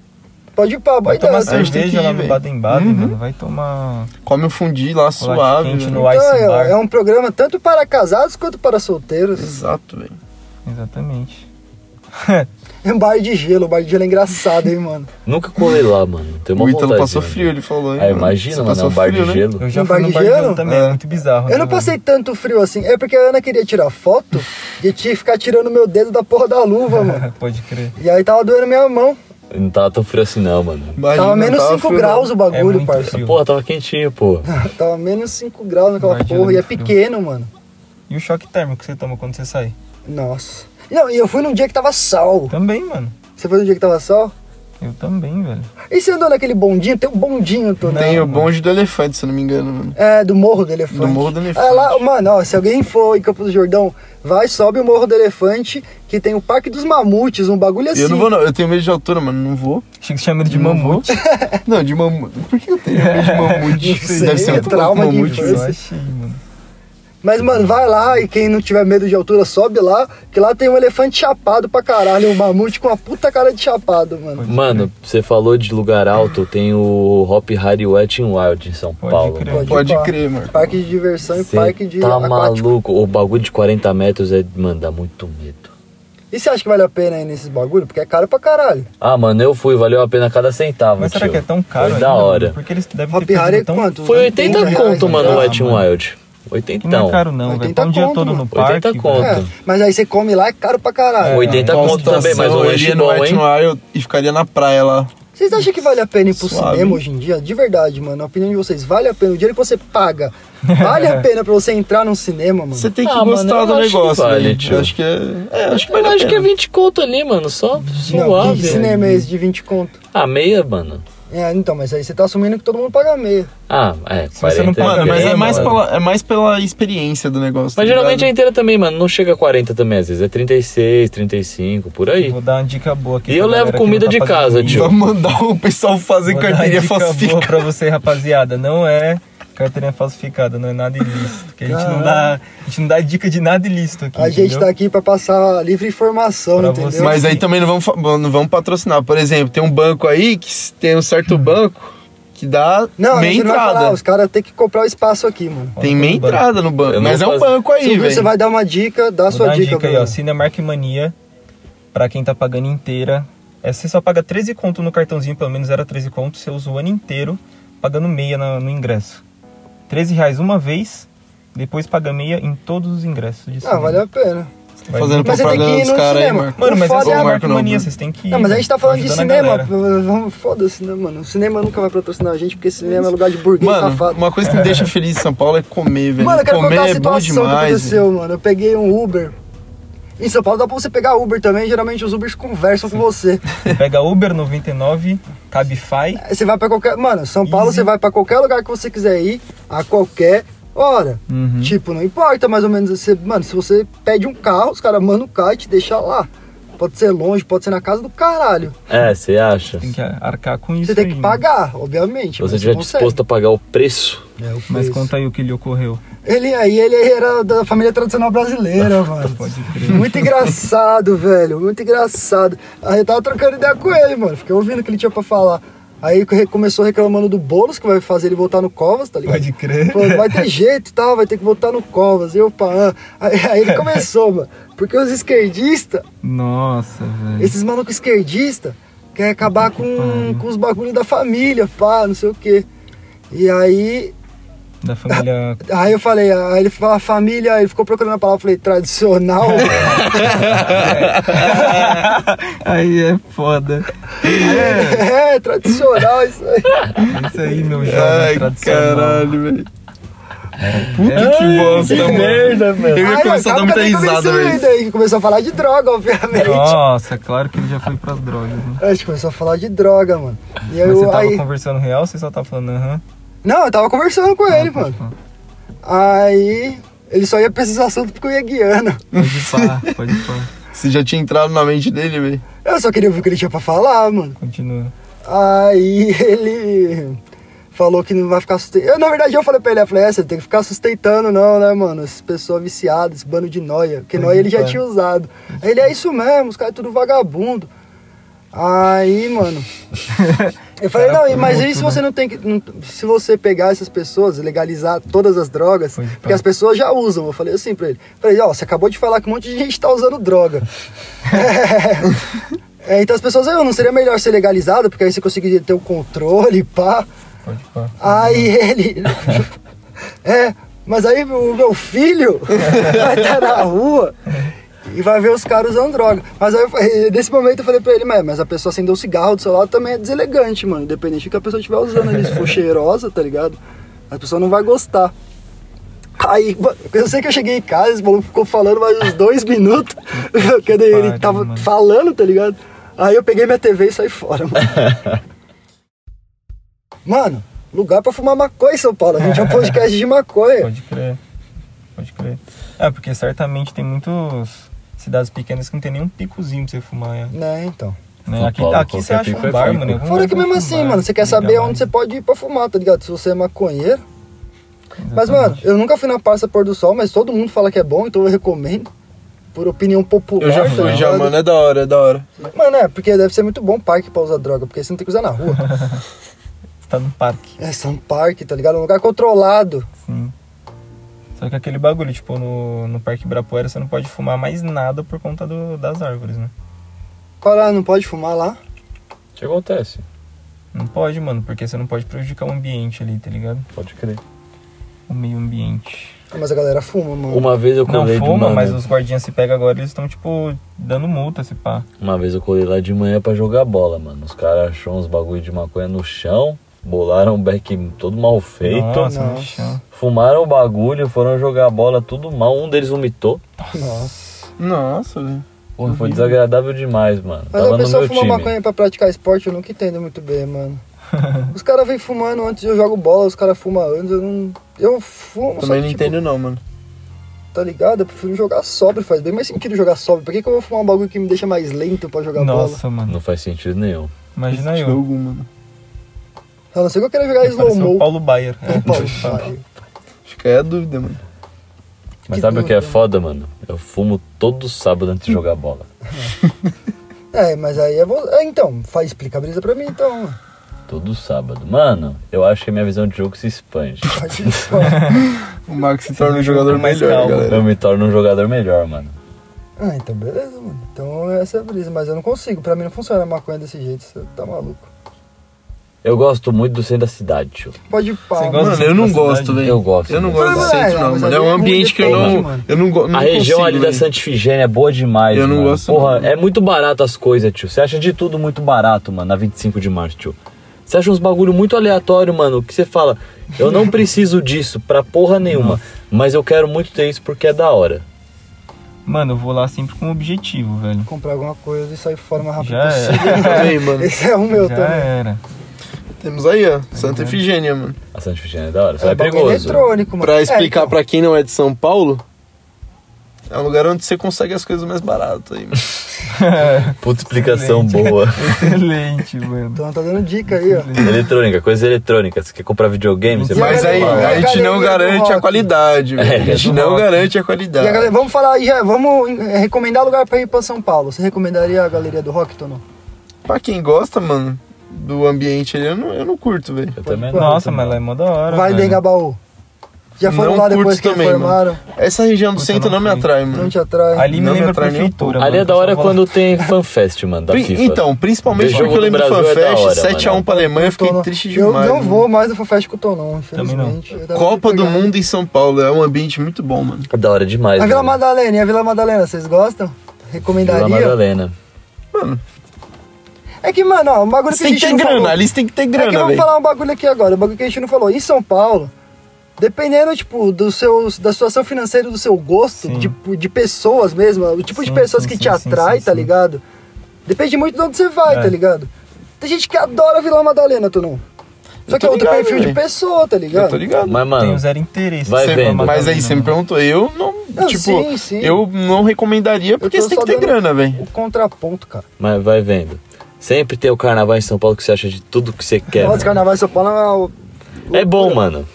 Speaker 1: Pode ir pra boa
Speaker 2: Vai
Speaker 1: ideia.
Speaker 2: tomar
Speaker 4: a gente tem que
Speaker 2: cerveja
Speaker 4: ir,
Speaker 2: lá no
Speaker 4: velho.
Speaker 2: Baden Baden,
Speaker 4: Uhum.
Speaker 2: mano. Vai tomar.
Speaker 4: Come o fundi lá,
Speaker 2: Chocolate
Speaker 4: suave. né?
Speaker 2: quente
Speaker 4: velho.
Speaker 2: no ar.
Speaker 1: Então,
Speaker 2: Ice
Speaker 1: é,
Speaker 2: Bar.
Speaker 1: é um programa tanto para casados quanto para solteiros.
Speaker 4: Exato, velho.
Speaker 2: Exatamente.
Speaker 1: É um bar de gelo, bar de gelo é engraçado, hein, mano.
Speaker 3: Nunca colei lá, mano. Tem uma
Speaker 4: O Ítalo
Speaker 3: vontade,
Speaker 4: passou
Speaker 3: mano.
Speaker 4: frio, ele
Speaker 2: né?
Speaker 4: falou. hein,
Speaker 3: Ah,
Speaker 4: mano. Você
Speaker 3: imagina, mano. É
Speaker 4: passou
Speaker 3: um bar
Speaker 4: frio,
Speaker 3: de
Speaker 4: né?
Speaker 3: gelo.
Speaker 2: Eu já
Speaker 1: Um
Speaker 2: fui
Speaker 1: bar
Speaker 2: no
Speaker 1: de
Speaker 2: bar de gelo
Speaker 1: gelo?
Speaker 2: também,
Speaker 4: É.
Speaker 2: é muito bizarro.
Speaker 1: Eu não
Speaker 2: né,
Speaker 1: passei tanto frio assim. É porque a Ana queria tirar foto e eu tinha que ficar tirando meu dedo da porra da luva, mano.
Speaker 2: mano? Pode crer.
Speaker 1: E aí tava doendo minha mão.
Speaker 3: Não tava tão frio assim, não, mano.
Speaker 4: Imagina,
Speaker 1: Tava menos
Speaker 4: tava
Speaker 1: 5
Speaker 4: frio, né?
Speaker 1: graus o
Speaker 2: É
Speaker 1: bagulho,
Speaker 2: muito
Speaker 1: parça.
Speaker 2: frio.
Speaker 3: Porra, tava quentinho, pô.
Speaker 1: Tava menos 5 graus naquela
Speaker 2: Bar de gelo
Speaker 1: porra e
Speaker 2: é
Speaker 1: é
Speaker 2: frio.
Speaker 1: pequeno, mano.
Speaker 2: E o choque térmico que você toma quando você sai?
Speaker 1: Nossa. Não, e eu fui num dia que tava sol.
Speaker 2: Também, mano.
Speaker 1: Você foi num dia que tava sol?
Speaker 2: Eu também, velho.
Speaker 1: E você andou naquele bondinho? Tem um bondinho, Tony.
Speaker 4: não. Tem o
Speaker 2: mano.
Speaker 4: bonde do elefante, se eu não me engano, mano.
Speaker 1: É, do Morro do Elefante.
Speaker 4: Do Morro do Elefante.
Speaker 1: É lá, mano, ó, se alguém for em Campos do Jordão, vai, sobe o Morro do Elefante, que tem o Parque dos Mamutes, um bagulho assim.
Speaker 4: Eu não vou, não. Eu tenho medo de altura, mano. Não vou.
Speaker 2: Achei que você tinha medo de
Speaker 4: Não
Speaker 2: mamute.
Speaker 4: Não, de mamute. Por que eu tenho medo de mamute?
Speaker 1: Não sei,
Speaker 4: Deve ser um muito
Speaker 1: trauma
Speaker 4: louco
Speaker 1: de
Speaker 4: mamute,
Speaker 1: infância.
Speaker 4: velho.
Speaker 2: Eu achei, mano.
Speaker 1: Mas, mano, vai lá e quem não tiver medo de altura, sobe lá, que lá tem um elefante chapado pra caralho, um mamute com uma puta cara de chapado, mano.
Speaker 3: Mano, você falou de lugar alto, tem o Hop Harry Wet and Wild em São
Speaker 2: Pode
Speaker 3: Paulo.
Speaker 2: crer.
Speaker 3: mano.
Speaker 4: Pode
Speaker 1: pá.
Speaker 4: crer, mano.
Speaker 1: Parque de diversão e
Speaker 3: Cê
Speaker 1: parque de
Speaker 3: tá
Speaker 1: aquático.
Speaker 3: maluco. O bagulho de 40 metros é, mano, dá muito medo.
Speaker 1: E você acha que vale a pena ir nesses bagulho? Porque é caro pra caralho.
Speaker 3: Ah, mano, eu fui, valeu a pena cada centavo,
Speaker 2: Mas será
Speaker 3: tio.
Speaker 2: que é tão caro
Speaker 3: Foi
Speaker 2: ainda,
Speaker 3: da
Speaker 2: mano?
Speaker 3: hora.
Speaker 2: Porque eles devem ter
Speaker 1: Hopi Hari
Speaker 2: perdido
Speaker 1: é
Speaker 2: tão...
Speaker 1: quanto?
Speaker 3: Foi
Speaker 1: Uns
Speaker 3: 80
Speaker 1: reais,
Speaker 3: conto,
Speaker 1: né?
Speaker 3: mano, o
Speaker 2: dá,
Speaker 3: Wet and
Speaker 2: mano.
Speaker 3: Wild. 80
Speaker 2: Não é caro não, velho.
Speaker 1: 80
Speaker 2: Tá um dia
Speaker 1: conto,
Speaker 2: todo no
Speaker 1: mano.
Speaker 2: parque.
Speaker 3: 80
Speaker 2: velho.
Speaker 3: Então, conto.
Speaker 1: É, mas aí você come lá, é caro pra caralho.
Speaker 3: 80 conto também, mas um
Speaker 4: eu
Speaker 3: lanche
Speaker 4: iria no
Speaker 3: bom,
Speaker 4: Art
Speaker 3: hein?
Speaker 4: Noir e ficaria na praia lá.
Speaker 1: Vocês acham que vale a pena ir pro
Speaker 4: Suave.
Speaker 1: cinema hoje em dia? De verdade, mano. A opinião de vocês, vale a pena? O dinheiro que você paga, vale a pena pra você entrar num cinema, mano?
Speaker 4: Você tem que
Speaker 3: Ah, mano,
Speaker 4: gostar
Speaker 3: eu
Speaker 4: do
Speaker 3: acho que
Speaker 4: negócio,
Speaker 3: vale,
Speaker 4: velho.
Speaker 3: tio.
Speaker 4: Acho que é. é, acho que
Speaker 3: Mas
Speaker 4: vale
Speaker 3: eu
Speaker 4: a
Speaker 3: acho que é
Speaker 4: pena.
Speaker 3: 20 conto ali, mano. Só
Speaker 1: Não, que
Speaker 3: suave.
Speaker 1: cinema é esse de 20 conto?
Speaker 3: Ah, meia, mano.
Speaker 1: É, então, mas aí você tá assumindo que todo mundo paga meia.
Speaker 3: Ah, é.
Speaker 2: Se você não
Speaker 3: 40
Speaker 2: paga,
Speaker 4: Mano, mas é
Speaker 3: bem,
Speaker 4: mais,
Speaker 3: mano.
Speaker 4: pela, é mais pela experiência do negócio.
Speaker 3: Mas
Speaker 4: tá
Speaker 3: geralmente é
Speaker 4: ligado?
Speaker 3: inteira também, mano. Não chega a 40 também, às vezes. É 36, 35, por aí.
Speaker 2: Vou dar uma dica boa aqui.
Speaker 3: E eu
Speaker 2: pra
Speaker 3: levo
Speaker 2: galera que
Speaker 3: comida
Speaker 2: não tá
Speaker 3: de
Speaker 2: fazendo
Speaker 3: casa,
Speaker 2: isso.
Speaker 3: tio.
Speaker 4: Vamos mandar o pessoal fazer
Speaker 2: Vou dar uma
Speaker 4: carteirinha
Speaker 2: dica boa
Speaker 4: falsificada.
Speaker 2: pra você, rapaziada. Não é carteirinha falsificada, não é nada ilícito. Porque a gente não dá, a gente não dá dica de nada ilícito aqui.
Speaker 1: A gente
Speaker 2: entendeu?
Speaker 1: tá aqui pra passar livre informação,
Speaker 2: Pra
Speaker 1: entendeu?
Speaker 2: você.
Speaker 4: Mas é aí também não vamos, fa- não vamos patrocinar. Por exemplo, tem um banco aí que s- tem um certo banco que dá
Speaker 1: Hum. Não, a
Speaker 4: meia
Speaker 1: gente não vai falar,
Speaker 4: entrada.
Speaker 1: os caras têm que comprar o espaço aqui, mano.
Speaker 4: Tem meia
Speaker 2: Banco.
Speaker 4: entrada no banco.
Speaker 3: Eu não
Speaker 4: Mas é
Speaker 3: vou
Speaker 4: um
Speaker 3: fazer-
Speaker 4: banco aí,
Speaker 1: Silvio, você
Speaker 4: velho.
Speaker 1: vai dar uma dica, dá a
Speaker 2: Vou
Speaker 1: sua
Speaker 2: dar uma
Speaker 1: dica,
Speaker 2: dica aí, ó.
Speaker 1: Bruno.
Speaker 2: Cinemark Mania, pra quem tá pagando inteira. É, você só paga 13 conto no cartãozinho, pelo menos era 13 conto. Você usa o ano inteiro pagando meia na- no, ingresso. 13 reais uma vez, depois paga meia em todos os ingressos. De
Speaker 1: Ah,
Speaker 2: cinema.
Speaker 1: vale a pena. Mas
Speaker 2: Vai
Speaker 4: Fazendo
Speaker 1: você tem que
Speaker 4: propaganda
Speaker 1: ir
Speaker 4: dos
Speaker 1: no
Speaker 4: caras aí,
Speaker 1: cinema.
Speaker 4: Marco.
Speaker 2: Mano, mas
Speaker 1: Foda
Speaker 2: essa
Speaker 1: é
Speaker 2: é
Speaker 1: a
Speaker 2: a
Speaker 4: marca, não,
Speaker 2: mania,
Speaker 4: mano.
Speaker 2: vocês têm que ir.
Speaker 1: Não, mas a gente tá falando de
Speaker 2: ajudando a
Speaker 1: cinema.
Speaker 2: galera.
Speaker 1: Vamos, foda-se, né, mano? O cinema nunca vai patrocinar a gente, porque cinema é lugar de burguês
Speaker 4: Mano,
Speaker 1: safado.
Speaker 4: uma coisa que me deixa feliz em São Paulo é comer, velho.
Speaker 1: Mano, eu quero
Speaker 4: comer
Speaker 1: contar a
Speaker 4: é bom
Speaker 1: situação que
Speaker 4: demais. velho.
Speaker 1: aconteceu, mano. Eu peguei um Uber. Em São Paulo dá pra você pegar Uber também, geralmente os Ubers conversam com você.
Speaker 2: Pega Uber 99, Cabify.
Speaker 1: Aí Você vai pra qualquer. Mano, São Paulo
Speaker 2: Easy.
Speaker 1: você vai pra qualquer lugar que você quiser ir, a qualquer hora.
Speaker 2: Uhum.
Speaker 1: Tipo, não importa mais ou menos. Você, mano, se você pede um carro, os caras mandam o carro e te deixam lá. Pode ser longe, pode ser na casa do caralho.
Speaker 3: É, você acha?
Speaker 2: Tem que arcar com isso.
Speaker 1: Você tem
Speaker 2: aí,
Speaker 1: que
Speaker 2: né?
Speaker 1: pagar, obviamente.
Speaker 3: Se você
Speaker 1: mas
Speaker 3: estiver
Speaker 1: consegue.
Speaker 3: disposto a pagar o preço,
Speaker 1: É, o
Speaker 2: Mas
Speaker 1: preço.
Speaker 2: conta aí o que lhe ocorreu.
Speaker 1: Ele aí, ele era da família tradicional brasileira, mano.
Speaker 2: Pode crer.
Speaker 1: Muito engraçado, velho. Muito engraçado. Aí eu tava trocando ideia com ele, mano. Fiquei ouvindo o que ele tinha pra falar. Aí que ele começou reclamando do Boulos, que vai fazer ele voltar no Covas, tá ligado?
Speaker 2: Pode crer.
Speaker 1: Pô, não vai ter jeito, tá? Vai ter que voltar no Covas. E eu, pá. ah. Aí, aí ele começou, mano. Porque os esquerdistas,
Speaker 2: Nossa, velho.
Speaker 1: esses malucos esquerdistas, querem acabar com, com os bagulhos da família, pá, não sei o quê. E aí
Speaker 2: Da família.
Speaker 1: Aí eu falei, ah, aí ele falou, a família, ele ficou procurando a palavra, eu falei, tradicional.
Speaker 2: aí é foda.
Speaker 1: é, tradicional isso aí.
Speaker 2: Isso aí, meu jovem
Speaker 4: Ai,
Speaker 2: tradicional. É,
Speaker 4: caralho, velho. Puta que bosta, mano. Eu ia
Speaker 1: Aí,
Speaker 4: começar a
Speaker 1: acaba
Speaker 4: dar muita
Speaker 1: que eu nem
Speaker 4: risada,
Speaker 1: comecei
Speaker 4: velho.
Speaker 1: ainda, aí começou a falar de droga, obviamente.
Speaker 2: Nossa, claro que ele já foi pras drogas, né?
Speaker 1: A gente começou a falar de droga, mano. E
Speaker 2: Mas você
Speaker 1: eu,
Speaker 2: tava
Speaker 1: aí...
Speaker 2: conversando real ou você só tava falando aham?
Speaker 1: Não, eu tava conversando com ele,
Speaker 2: Pode
Speaker 1: mano. Aí ele só ia pra esses assuntos porque eu ia guiando.
Speaker 2: pá, pode pá, pode pá.
Speaker 4: Você já tinha entrado na mente dele, velho.
Speaker 1: Eu só queria ouvir o que ele tinha pra falar, mano.
Speaker 2: Continua.
Speaker 1: Aí ele falou que não vai ficar sustentando. Na verdade, eu falei pra ele, eu falei, é, você tem que ficar sustentando, não, né, mano? Essas pessoas viciadas, esse bando de noia. Porque noia ele já
Speaker 2: cara.
Speaker 1: tinha usado. Aí ele é isso mesmo, os caras é tudo vagabundo. Aí, mano. Eu falei,
Speaker 2: Cara,
Speaker 1: não, e- mas
Speaker 2: puto,
Speaker 1: e se
Speaker 2: né?
Speaker 1: você não tem que. não- se você pegar essas pessoas, legalizar todas as drogas,
Speaker 2: Pois
Speaker 1: porque
Speaker 2: é.
Speaker 1: as pessoas já usam. Eu falei assim pra ele. Eu falei, ó, você acabou de falar que um monte de gente tá usando droga. É, então as pessoas, eu não seria melhor ser legalizado, porque aí você conseguiria ter o controle, pá.
Speaker 2: Pode pá.
Speaker 1: Aí ele. é, mas aí o meu filho vai estar na rua e vai ver os caras usando droga. Mas aí, eu falei- nesse momento, eu falei pra ele, "Mas- mas a pessoa acender um cigarro do seu lado também é deselegante, mano. Independente do que a pessoa estiver usando ali. Se for cheirosa, tá ligado? A pessoa não vai gostar. Aí, mano, eu sei que eu cheguei em casa, esse maluco ficou falando mais uns dois minutos. Quando ele
Speaker 2: pariu,
Speaker 1: tava
Speaker 2: mano.
Speaker 1: falando, tá ligado? Aí eu peguei minha TV e saí fora, mano. Mano, lugar pra fumar maconha em São Paulo. A gente é um podcast de maconha.
Speaker 2: Pode crer. Pode crer. É, porque certamente tem muitos cidades pequenas que não tem nenhum picozinho pra você fumar, né?
Speaker 1: Né, então.
Speaker 3: São
Speaker 2: Aqui,
Speaker 3: Paulo,
Speaker 2: aqui você
Speaker 3: qualquer
Speaker 2: acha
Speaker 3: pico é
Speaker 2: um bar,
Speaker 3: pico.
Speaker 2: mano. em algum
Speaker 1: Fora
Speaker 2: lugar
Speaker 1: que
Speaker 2: tem né?
Speaker 1: mesmo
Speaker 2: um
Speaker 1: assim,
Speaker 2: bar.
Speaker 1: mano, você quer
Speaker 2: Ainda
Speaker 1: saber
Speaker 2: mais.
Speaker 1: onde você pode ir pra fumar, tá ligado? Se você é maconheiro. Mas, mano,
Speaker 2: Exatamente.
Speaker 1: eu nunca fui na Parça Pôr do Sol, mas todo mundo fala que é bom, então eu recomendo. Por opinião popular.
Speaker 4: Eu já
Speaker 1: tá
Speaker 4: fui, já,
Speaker 1: ligado?
Speaker 4: mano. É da hora, é da hora.
Speaker 1: Mano, é, porque deve ser muito bom parque pra usar droga, porque você não tem que usar na rua.
Speaker 2: Você tá no parque,
Speaker 1: é, são parque, tá ligado? É um lugar controlado.
Speaker 2: sim. Só que aquele bagulho, tipo, no, no Parque Ibirapuera você não pode fumar mais nada por conta do, das árvores, né?
Speaker 1: Qual lá? Não pode fumar lá?
Speaker 3: o que acontece?
Speaker 2: Não pode, mano, porque você não pode prejudicar o ambiente ali, tá ligado?
Speaker 3: Pode crer.
Speaker 2: o meio ambiente.
Speaker 1: Mas a galera fuma, mano.
Speaker 3: Uma vez eu
Speaker 2: Não
Speaker 3: colei de
Speaker 2: fuma,
Speaker 3: mano,
Speaker 2: mas os guardinhas se pegam agora, eles estão, tipo, dando multa, se pá.
Speaker 3: Uma vez eu colei lá de manhã pra jogar bola, mano. Os caras acharam uns bagulho de maconha no chão, bolaram o back todo mal feito.
Speaker 2: Nossa,
Speaker 1: Nossa.
Speaker 2: no chão.
Speaker 3: Fumaram o bagulho, foram jogar bola, tudo mal. Um deles vomitou.
Speaker 1: Nossa.
Speaker 4: Nossa, velho.
Speaker 3: Porra, foi desagradável demais, mano.
Speaker 1: Mas
Speaker 3: Tava
Speaker 1: a
Speaker 3: no
Speaker 1: pessoa
Speaker 3: meu
Speaker 1: fuma
Speaker 3: time.
Speaker 1: maconha pra praticar esporte, eu nunca entendo muito bem, mano. os caras vêm fumando antes, eu jogo bola, os caras fumam antes, eu não. Eu fumo, só
Speaker 4: Também
Speaker 1: que,
Speaker 4: não
Speaker 1: tipo,
Speaker 4: entendo não, mano.
Speaker 1: Tá ligado? Eu prefiro jogar sóbrio, faz bem mais sentido jogar sóbrio. Por que, que eu vou fumar um bagulho que me deixa mais lento pra jogar bola?
Speaker 2: Nossa, mano.
Speaker 3: Não faz sentido nenhum.
Speaker 2: Imagina
Speaker 4: Esse
Speaker 2: eu.
Speaker 4: Jogo, mano.
Speaker 1: A não ser que eu queira jogar
Speaker 2: Parece um
Speaker 1: slow
Speaker 2: o
Speaker 1: mo.
Speaker 2: Paulo Baier. É.
Speaker 1: Ô, Paulo, vai.
Speaker 4: Fica aí a dúvida, mano.
Speaker 3: Mas
Speaker 1: Que
Speaker 3: sabe o que é
Speaker 1: dúvida, né?
Speaker 3: foda, mano? Eu fumo todo sábado antes de jogar bola.
Speaker 1: É, mas aí é, vo- é Então, faz, explica a brisa pra mim, então.
Speaker 3: Todo sábado. Mano, eu acho que a minha visão de jogo se expande.
Speaker 1: Pode ir.
Speaker 4: O Marcos se torna um jogador
Speaker 2: mais
Speaker 4: melhor,
Speaker 2: calmo.
Speaker 4: galera.
Speaker 3: Eu me torno um jogador melhor, mano.
Speaker 1: ah, então beleza, mano. Então essa é a brisa, mas eu não consigo. Pra mim não funciona a maconha desse jeito, você tá maluco.
Speaker 3: Eu gosto muito do centro da cidade, tio.
Speaker 1: Pode ir pau.
Speaker 2: Você gosta?
Speaker 4: Mano, eu não gosto, velho.
Speaker 3: Eu gosto.
Speaker 4: Eu não
Speaker 3: mesmo.
Speaker 4: gosto do
Speaker 1: Mas,
Speaker 4: centro,
Speaker 1: é,
Speaker 4: não,
Speaker 1: mas
Speaker 4: mano.
Speaker 1: ali
Speaker 4: É um
Speaker 1: é muito
Speaker 4: ambiente que eu
Speaker 1: diferente,
Speaker 4: não.
Speaker 1: mano.
Speaker 4: Eu não gosto.
Speaker 3: A região ali da
Speaker 4: Santa.
Speaker 3: Santa Ifigênia é boa demais,
Speaker 4: Eu não
Speaker 3: mano.
Speaker 4: gosto,
Speaker 3: Porra,
Speaker 4: não.
Speaker 3: é muito barato as coisas, tio. Você acha de tudo muito barato, mano, na 25 de março, tio. Você acha uns bagulho muito aleatório, mano, que você fala, eu não preciso disso pra porra nenhuma, mas eu quero muito ter isso porque é da hora.
Speaker 2: Mano, eu vou lá sempre com um objetivo, velho.
Speaker 1: Comprar alguma coisa e sair fora o mais rápido
Speaker 2: Já
Speaker 1: possível.
Speaker 2: era.
Speaker 4: Também, mano.
Speaker 1: Esse é o meu
Speaker 2: Já
Speaker 1: também.
Speaker 2: era.
Speaker 4: Temos aí, ó. Santa Efigênia, mano.
Speaker 3: A Santa Ifigênia é da hora, só é,
Speaker 4: um
Speaker 1: bagulho
Speaker 3: perigoso.
Speaker 1: eletrônico, mano.
Speaker 4: Pra explicar
Speaker 1: É, então,
Speaker 4: pra quem não é de São Paulo, é um lugar onde você consegue as coisas mais baratas aí, mano.
Speaker 3: Puta explicação boa.
Speaker 2: Excelente, mano.
Speaker 1: então tá dando dica aí, ó.
Speaker 3: eletrônica, coisa eletrônica. Você quer comprar videogame? Você
Speaker 1: E a
Speaker 4: Mas aí,
Speaker 1: galera-
Speaker 4: a gente não
Speaker 1: galerinha do
Speaker 4: garante a
Speaker 1: rock?
Speaker 4: qualidade, velho.
Speaker 3: É,
Speaker 4: A gente não garante a
Speaker 1: E a galera,
Speaker 4: qualidade.
Speaker 1: vamos falar aí, já, vamos eh, recomendar lugar pra ir pra São Paulo. Você recomendaria a Galeria do Rock, Tono?
Speaker 4: Pra quem gosta, mano, do ambiente ali, eu não, eu não curto, velho.
Speaker 3: Eu também não.
Speaker 2: Nossa,
Speaker 3: gosto,
Speaker 2: mas lá é mó da hora.
Speaker 1: Vai
Speaker 2: velho.
Speaker 1: bem, Gabaú. Já foram
Speaker 4: Não
Speaker 1: lá
Speaker 4: curto
Speaker 1: depois que
Speaker 4: também, Hum.
Speaker 1: reformaram?
Speaker 4: Essa região do
Speaker 2: Puta,
Speaker 4: centro
Speaker 2: não
Speaker 4: não me
Speaker 2: fui.
Speaker 4: atrai,
Speaker 1: Não
Speaker 4: mano.
Speaker 1: te atrai?
Speaker 2: Ali me
Speaker 4: Não me
Speaker 2: lembra a
Speaker 4: atrai nem um
Speaker 2: prefeitura.
Speaker 3: Ali
Speaker 2: mano,
Speaker 3: é da
Speaker 2: só
Speaker 3: hora
Speaker 2: vou lá.
Speaker 3: quando tem fanfest, mano, da
Speaker 4: Pri-
Speaker 3: FIFA.
Speaker 4: Então, principalmente
Speaker 3: Vejo
Speaker 4: porque eu
Speaker 3: jogo do
Speaker 4: lembro do
Speaker 3: Brasil é da
Speaker 4: FanFest,
Speaker 3: hora,
Speaker 4: 7x1
Speaker 3: mano.
Speaker 4: pra Alemanha, eu fiquei
Speaker 1: Tono-
Speaker 4: triste
Speaker 1: Eu
Speaker 4: demais.
Speaker 1: não
Speaker 4: mano.
Speaker 1: vou mais no Fofest com o Tonon,
Speaker 2: Também não.
Speaker 1: infelizmente. Eu tava
Speaker 4: Copa do
Speaker 1: empolgado.
Speaker 4: Mundo né? em São Paulo é um ambiente muito bom, mano.
Speaker 3: É da hora demais.
Speaker 1: A Vila
Speaker 3: mano.
Speaker 1: Madalena, e a Vila Madalena, vocês gostam?
Speaker 3: Vila
Speaker 1: Recomendaria?
Speaker 3: Madalena.
Speaker 1: É que, mano, ó, um bagulho que a
Speaker 4: Tem que
Speaker 1: gente
Speaker 4: ter
Speaker 1: não
Speaker 4: grana,
Speaker 1: falou.
Speaker 4: ali você tem que ter
Speaker 1: é que
Speaker 4: grana,
Speaker 1: vamos
Speaker 4: velho.
Speaker 1: falar um bagulho aqui agora, um bagulho que a gente não falou. Em São Paulo, dependendo, tipo, do seu, da situação financeira, do seu gosto,
Speaker 2: Sim.
Speaker 1: de, de pessoas mesmo, o tipo de
Speaker 2: Sim,
Speaker 1: pessoas
Speaker 2: sim,
Speaker 1: que
Speaker 2: sim,
Speaker 1: te
Speaker 2: sim,
Speaker 1: atrai,
Speaker 2: sim,
Speaker 1: tá
Speaker 2: sim.
Speaker 1: ligado? Depende muito de onde você vai,
Speaker 2: É.
Speaker 1: tá ligado? Tem gente que adora Vila Madalena, tu não. Só
Speaker 4: Eu
Speaker 1: que
Speaker 4: tô
Speaker 1: é outro
Speaker 4: ligado,
Speaker 1: perfil de
Speaker 4: velho.
Speaker 1: pessoa, tá ligado?
Speaker 4: Eu tô ligado.
Speaker 3: Mas, mano,
Speaker 2: Tenho zero interesse.
Speaker 3: Vai
Speaker 2: Sei
Speaker 4: Cê-
Speaker 2: lá,
Speaker 3: vendo.
Speaker 4: mas aí
Speaker 2: Madalena,
Speaker 4: você me
Speaker 2: mano.
Speaker 4: perguntou, eu não,
Speaker 1: Não,
Speaker 4: tipo,
Speaker 1: sim, sim.
Speaker 4: eu não recomendaria porque
Speaker 1: tô
Speaker 4: você tem
Speaker 1: só
Speaker 4: que ter
Speaker 1: dando
Speaker 4: grana, velho.
Speaker 1: O contraponto, cara.
Speaker 3: mas vai vendo. Sempre tem o carnaval em São Paulo que você acha de tudo que você quer.
Speaker 1: Nossa,
Speaker 3: mano.
Speaker 1: carnaval em São Paulo é uma-
Speaker 3: É bom, mano.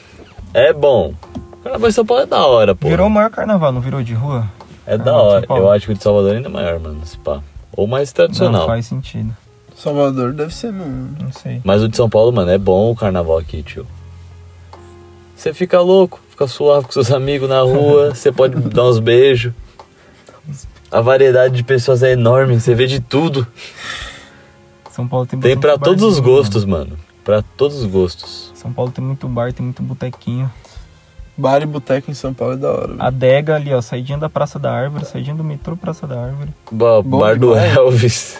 Speaker 3: É bom. Carnaval em São Paulo é da hora, pô.
Speaker 2: Virou o maior carnaval, não virou de rua?
Speaker 3: É
Speaker 2: Carnaval
Speaker 3: da
Speaker 2: de
Speaker 3: hora.
Speaker 2: São Paulo.
Speaker 3: Eu acho que o de Salvador ainda é maior, mano. Se pá. Ou mais
Speaker 2: Não
Speaker 3: tradicional.
Speaker 2: faz sentido.
Speaker 4: Salvador deve ser, mano.
Speaker 2: Não sei.
Speaker 3: Mas o de São Paulo, mano, é bom o carnaval aqui, tio. Você fica louco, fica suave com seus amigos na rua, você pode dar uns beijos. A variedade de pessoas é enorme, você vê de tudo.
Speaker 2: São Paulo tem
Speaker 3: Tem
Speaker 2: bastante
Speaker 3: pra todos os
Speaker 2: barzinho, né?
Speaker 3: gostos, mano. Pra todos os gostos.
Speaker 2: mano. São Paulo tem muito bar, tem muito botequinho.
Speaker 4: Bar e boteco em São Paulo é da hora, velho.
Speaker 2: Adega ali, ó, saidinha da Praça da Árvore, saidinha do metrô Praça da Árvore.
Speaker 3: Ba-
Speaker 4: Bom
Speaker 3: Bar do
Speaker 4: demais.
Speaker 3: Elvis.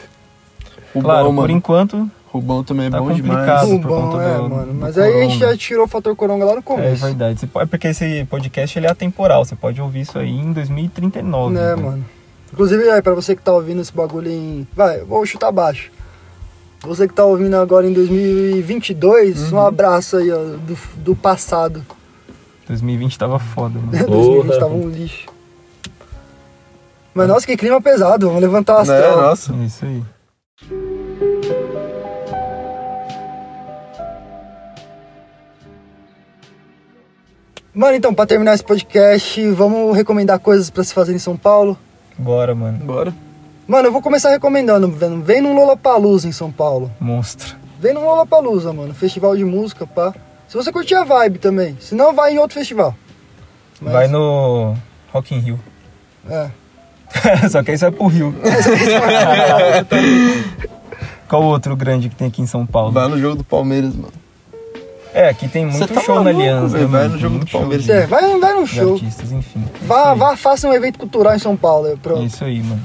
Speaker 4: Rubão,
Speaker 2: claro, por
Speaker 4: mano.
Speaker 2: enquanto,
Speaker 4: Rubão também é
Speaker 2: tá
Speaker 4: bom
Speaker 2: complicado.
Speaker 4: demais.
Speaker 1: Bom,
Speaker 2: por
Speaker 1: bom,
Speaker 2: conta
Speaker 1: é,
Speaker 2: do-
Speaker 1: mano.
Speaker 2: do
Speaker 1: Mas aí a gente
Speaker 2: coronga.
Speaker 1: já tirou o fator coronga lá no
Speaker 2: é
Speaker 1: começo.
Speaker 2: verdade. Você pode- é porque esse podcast ele é atemporal, você pode ouvir isso aí em 2039.
Speaker 1: né,
Speaker 2: velho.
Speaker 1: mano? Inclusive, aí, pra você que tá ouvindo esse bagulho em. Vai, vou chutar baixo. Você que tá ouvindo agora em 2022, um abraço aí, ó, do, do passado.
Speaker 2: 2020 tava foda, mano.
Speaker 1: 2020 tava um lixo. Mas nossa, que clima pesado, vamos levantar o
Speaker 4: É,
Speaker 1: astral.
Speaker 4: nossa.
Speaker 2: É isso aí.
Speaker 1: Mano, então, pra terminar esse podcast, vamos recomendar coisas pra se fazer em São Paulo.
Speaker 2: Bora, mano.
Speaker 4: Bora.
Speaker 1: Mano, eu vou começar recomendando, vendo- vem num Lollapalooza em São Paulo.
Speaker 2: Monstro.
Speaker 1: Vem no Lollapalooza, mano. Festival de música, pá. Se você curtir a vibe também. Se não, vai em outro festival. Mas-
Speaker 2: Vai no Rock in Rio.
Speaker 1: É.
Speaker 2: Só que aí você vai pro Rio. Qual outro grande que tem aqui em São Paulo?
Speaker 4: Vai no jogo do Palmeiras, mano.
Speaker 2: É, aqui tem muito
Speaker 4: Você tá
Speaker 2: show na
Speaker 4: maluco,
Speaker 2: Aliança.
Speaker 4: velho,
Speaker 2: né,
Speaker 4: vai
Speaker 2: mano?
Speaker 4: no jogo
Speaker 2: Muito
Speaker 4: do
Speaker 2: show
Speaker 4: Palmeiras.
Speaker 2: de-
Speaker 1: É, vai, vai num
Speaker 2: de
Speaker 1: show.
Speaker 2: artistas, enfim.
Speaker 1: Vá,
Speaker 2: Isso aí.
Speaker 1: vá, faça um evento cultural em São Paulo. é Pronto.
Speaker 2: Isso aí, mano.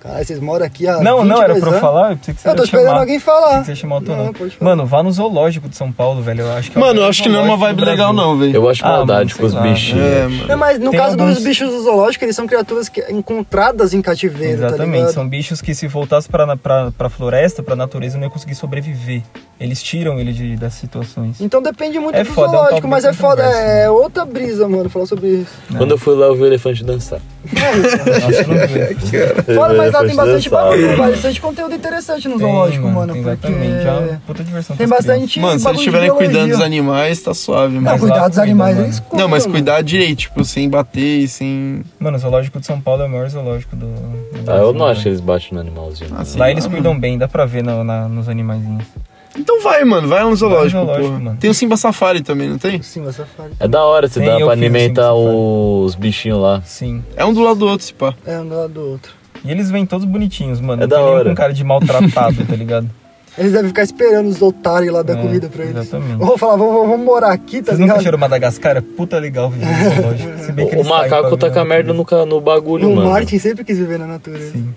Speaker 1: Caralho, vocês moram aqui há
Speaker 2: Não, não, era
Speaker 1: 22
Speaker 2: pra eu
Speaker 1: anos.
Speaker 2: falar, eu pensei que você
Speaker 1: né? Eu
Speaker 2: ia
Speaker 1: tô esperando
Speaker 2: chamar.
Speaker 1: alguém falar.
Speaker 2: Pensei que você ia chamar o teu
Speaker 1: Tá Não,
Speaker 2: nome.
Speaker 1: pode falar.
Speaker 2: Mano, vá no zoológico de São Paulo, velho. Eu acho que é o
Speaker 4: Mano, eu
Speaker 2: maior
Speaker 4: acho que não é uma
Speaker 2: zoológico
Speaker 4: vibe
Speaker 2: do
Speaker 4: legal,
Speaker 2: Brasil.
Speaker 4: não, velho.
Speaker 3: Eu acho
Speaker 2: Ah, mano,
Speaker 3: maldade
Speaker 2: sei
Speaker 3: com os
Speaker 2: lá.
Speaker 3: bichinhos.
Speaker 4: É, mano.
Speaker 1: Não, mas no
Speaker 2: Tem
Speaker 1: caso
Speaker 2: alguns-
Speaker 1: dos bichos do zoológico, eles são criaturas que- encontradas em cativeiro, tá
Speaker 2: Exatamente,
Speaker 1: ligado?
Speaker 2: são bichos que se voltasse pra, na- pra, pra floresta, pra natureza, não ia conseguir sobreviver. Eles tiram ele de, das situações.
Speaker 1: Então depende muito
Speaker 2: É
Speaker 1: do
Speaker 2: foda, é um
Speaker 1: zoológico,
Speaker 2: tópico
Speaker 1: mas é
Speaker 2: bem
Speaker 1: foda,
Speaker 2: controverso,
Speaker 1: é outra brisa, mano, falar sobre isso.
Speaker 2: é.
Speaker 3: Quando eu fui lá, eu vi o elefante dançar.
Speaker 1: Então,
Speaker 2: Nossa,
Speaker 1: é
Speaker 2: eu não vi.
Speaker 1: Fora, mas lá tem
Speaker 3: Elefante
Speaker 1: bastante
Speaker 3: dançar.
Speaker 1: bagulho, bastante conteúdo interessante no zoológico,
Speaker 2: Tem,
Speaker 1: mano, porque
Speaker 2: Exatamente, já é uma puta diversão.
Speaker 1: tem
Speaker 2: pras crianças.
Speaker 1: bastante
Speaker 4: Mano, se
Speaker 1: é
Speaker 4: eles
Speaker 1: um bagulho de
Speaker 4: estiverem cuidando dos
Speaker 1: biologia.
Speaker 4: animais, tá suave,
Speaker 1: Não,
Speaker 4: mano.
Speaker 2: cu-
Speaker 1: cuidar dos
Speaker 2: Exato,
Speaker 1: animais é
Speaker 2: mano.
Speaker 1: escuro.
Speaker 4: Não, mas
Speaker 1: mano.
Speaker 4: cuidar direito, tipo, sem bater e sem.
Speaker 2: Mano, o zoológico de São Paulo é o maior zoológico do. do
Speaker 3: Ah, eu
Speaker 2: Brasil,
Speaker 3: não acho que
Speaker 2: velho.
Speaker 3: eles batem no animalzinho.
Speaker 4: Ah, sei
Speaker 2: Lá eles
Speaker 4: mano.
Speaker 2: cuidam bem, dá pra ver na- na- nos animaizinhos.
Speaker 4: Então vai, mano, vai no zoológico,
Speaker 2: zoológico,
Speaker 4: porra.
Speaker 2: mano.
Speaker 4: Tem o Simba Safari também, não tem?
Speaker 1: Sim, mas safari.
Speaker 3: É da hora se
Speaker 2: Nem
Speaker 3: dá
Speaker 2: eu
Speaker 3: pra
Speaker 2: fiz assim,
Speaker 3: alimentar
Speaker 2: você fala.
Speaker 3: os bichinhos lá.
Speaker 2: Sim.
Speaker 4: É um do lado do outro, se pá.
Speaker 1: É, um do lado do outro.
Speaker 2: E eles vêm todos bonitinhos, mano.
Speaker 3: É
Speaker 2: não tem
Speaker 3: da
Speaker 2: nenhum
Speaker 3: hora.
Speaker 2: com cara de maltratado, tá ligado?
Speaker 1: Eles devem ficar esperando os otários lá dar
Speaker 2: É,
Speaker 1: comida pra eles.
Speaker 2: exatamente.
Speaker 1: Vamos falar, vamos, vamos- vamos morar aqui, tá
Speaker 2: Vocês nunca
Speaker 1: ligado?
Speaker 2: viram Madagascar? É puta legal viver no zoológico. Se bem é que
Speaker 3: O, o
Speaker 2: eles saem
Speaker 3: macaco
Speaker 2: pra
Speaker 3: tá com a
Speaker 2: viver
Speaker 3: merda no, ca- no bagulho,
Speaker 1: o
Speaker 3: mano.
Speaker 1: Martin sempre quis viver na natureza.
Speaker 2: Sim.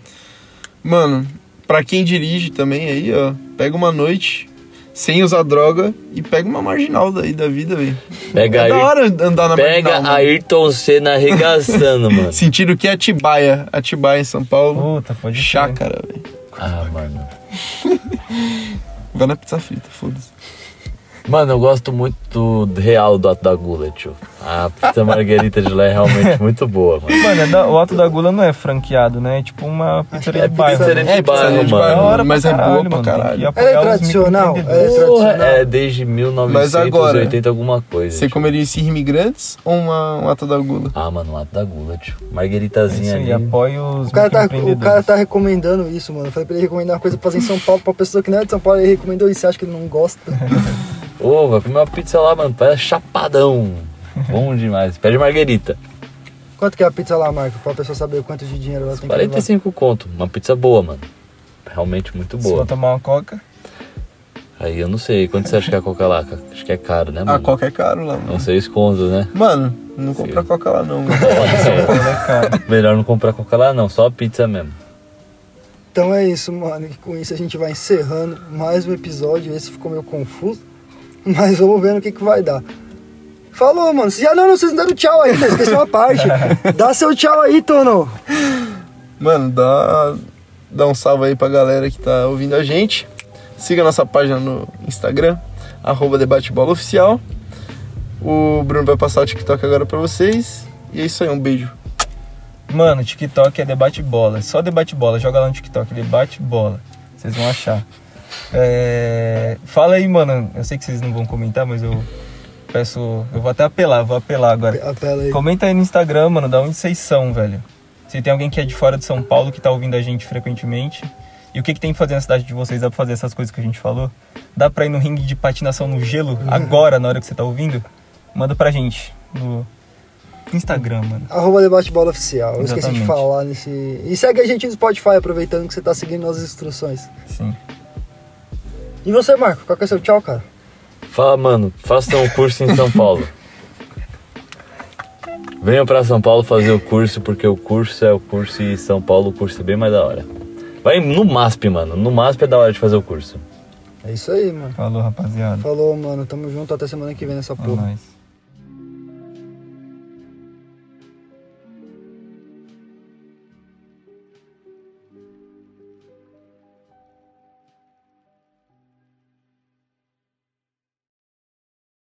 Speaker 4: Mano, pra quem dirige também aí, ó, pega uma noite sem usar droga e pega uma marginal daí da vida, velho.
Speaker 3: Pega,
Speaker 4: É da
Speaker 3: Ayrton,
Speaker 4: hora andar na
Speaker 3: pega
Speaker 4: marginal. mano.
Speaker 3: Ayrton Senna arregaçando, mano.
Speaker 4: Sentir o que é Atibaia, Atibaia em São Paulo.
Speaker 2: Puta, pode crer.
Speaker 4: Chácara, velho.
Speaker 3: Ah, mano.
Speaker 4: Vai na pizza frita, foda-se.
Speaker 3: Mano, eu gosto muito do real do Ato da Gula, tio. A pizza margarita de lá é realmente muito boa, mano.
Speaker 2: Mano, é da- o Alto da Gula não é franqueado, né? É tipo uma pizzaria
Speaker 1: é
Speaker 2: de bairro.
Speaker 3: pizzaria de
Speaker 2: né?
Speaker 3: É, bairro,
Speaker 4: pizzaria de
Speaker 3: mano.
Speaker 2: Da
Speaker 4: bairro,
Speaker 2: hora pra
Speaker 4: mas é boa
Speaker 2: caralho,
Speaker 4: pra
Speaker 2: mano. Tem que
Speaker 4: caralho.
Speaker 2: apoiar
Speaker 1: Ela é
Speaker 2: os
Speaker 1: tradicional,
Speaker 2: microempreendedores.
Speaker 1: é
Speaker 3: Porra,
Speaker 1: tradicional.
Speaker 3: é desde 1980 alguma coisa.
Speaker 4: Você
Speaker 3: tio.
Speaker 4: comeria esse imigrantes ou uma, uma ata da gula?
Speaker 3: Ah, mano, o Ato da Gula, tio.
Speaker 2: É isso
Speaker 3: Margaritazinha
Speaker 2: aí,
Speaker 3: ali.
Speaker 2: apoia os
Speaker 1: O cara, tá, o
Speaker 2: microempreendedores.
Speaker 1: cara tá recomendando isso, mano. Eu falei pra ele recomendar uma coisa pra fazer em São Paulo pra pessoa que não é de São Paulo, ele recomendou isso. Você acha que ele não gosta?
Speaker 3: Ô, vai comer uma pizza lá, mano. Tá chapadão. Bom demais. Pede margarita.
Speaker 1: Quanto que é a pizza lá, Marco? Pra pessoa saber quanto de dinheiro ela tem que levar.
Speaker 3: 45 conto. Uma pizza boa, mano. Realmente muito
Speaker 2: Se
Speaker 3: boa.
Speaker 2: for tomar uma coca,
Speaker 3: Aí eu não sei. Quanto você acha que é a coca lá? Acho que é caro, né, mano?
Speaker 4: Ah, coca é caro lá,
Speaker 3: Não
Speaker 4: mano.
Speaker 3: sei, eu escondo, né?
Speaker 4: Mano, não compra coca lá não, mano.
Speaker 3: Pode ser.
Speaker 2: ela é cara.
Speaker 3: Melhor não comprar coca lá, não. Só a pizza mesmo.
Speaker 1: Então é isso, mano. E com isso a gente vai encerrando mais um episódio. Esse ficou meio confuso. Mas vamos ver no que, que vai dar. Falou, mano. Já não, não, vocês não deram tchau ainda. Esqueci uma parte. Dá seu tchau aí, Tono.
Speaker 4: Mano, dá, dá um salve aí pra galera que tá ouvindo a gente. Siga nossa página no Instagram, arroba debatebola oficial. O Bruno vai passar o TikTok agora pra vocês. E é isso aí, um beijo.
Speaker 2: Mano, TikTok é debate bola. É Só debate bola. Joga lá no TikTok, debate bola. Vocês vão achar. É, Fala aí, mano. Eu sei que vocês não vão comentar, mas eu peço. Eu vou até apelar, vou apelar agora.
Speaker 1: Apela aí.
Speaker 2: Comenta aí no Instagram, mano, da onde vocês são, velho. Se tem alguém que é de fora de São Paulo que tá ouvindo a gente frequentemente. E o que, que tem que fazer na cidade de vocês? Dá pra fazer essas coisas que a gente falou? Dá pra ir no ringue de patinação no gelo agora, na hora que você tá ouvindo? Manda pra gente no Instagram, mano.
Speaker 1: Arroba Debate Bola Oficial. Eu esqueci de
Speaker 2: Exatamente.
Speaker 1: falar nesse. E segue a gente no Spotify, aproveitando que você tá seguindo nossas instruções.
Speaker 2: Sim.
Speaker 1: E você, Marco, qual que é seu tchau, cara?
Speaker 3: Fala, mano. Faça um curso em São Paulo. Venham pra São Paulo fazer o curso, porque o curso é o curso e São Paulo o curso é bem mais da hora. Vai no MASP, mano. No MASP é da hora de fazer o curso.
Speaker 1: É isso aí, mano.
Speaker 2: Falou, rapaziada.
Speaker 1: Falou, mano. Tamo junto até semana que vem nessa
Speaker 2: É
Speaker 1: porra.
Speaker 2: nóis.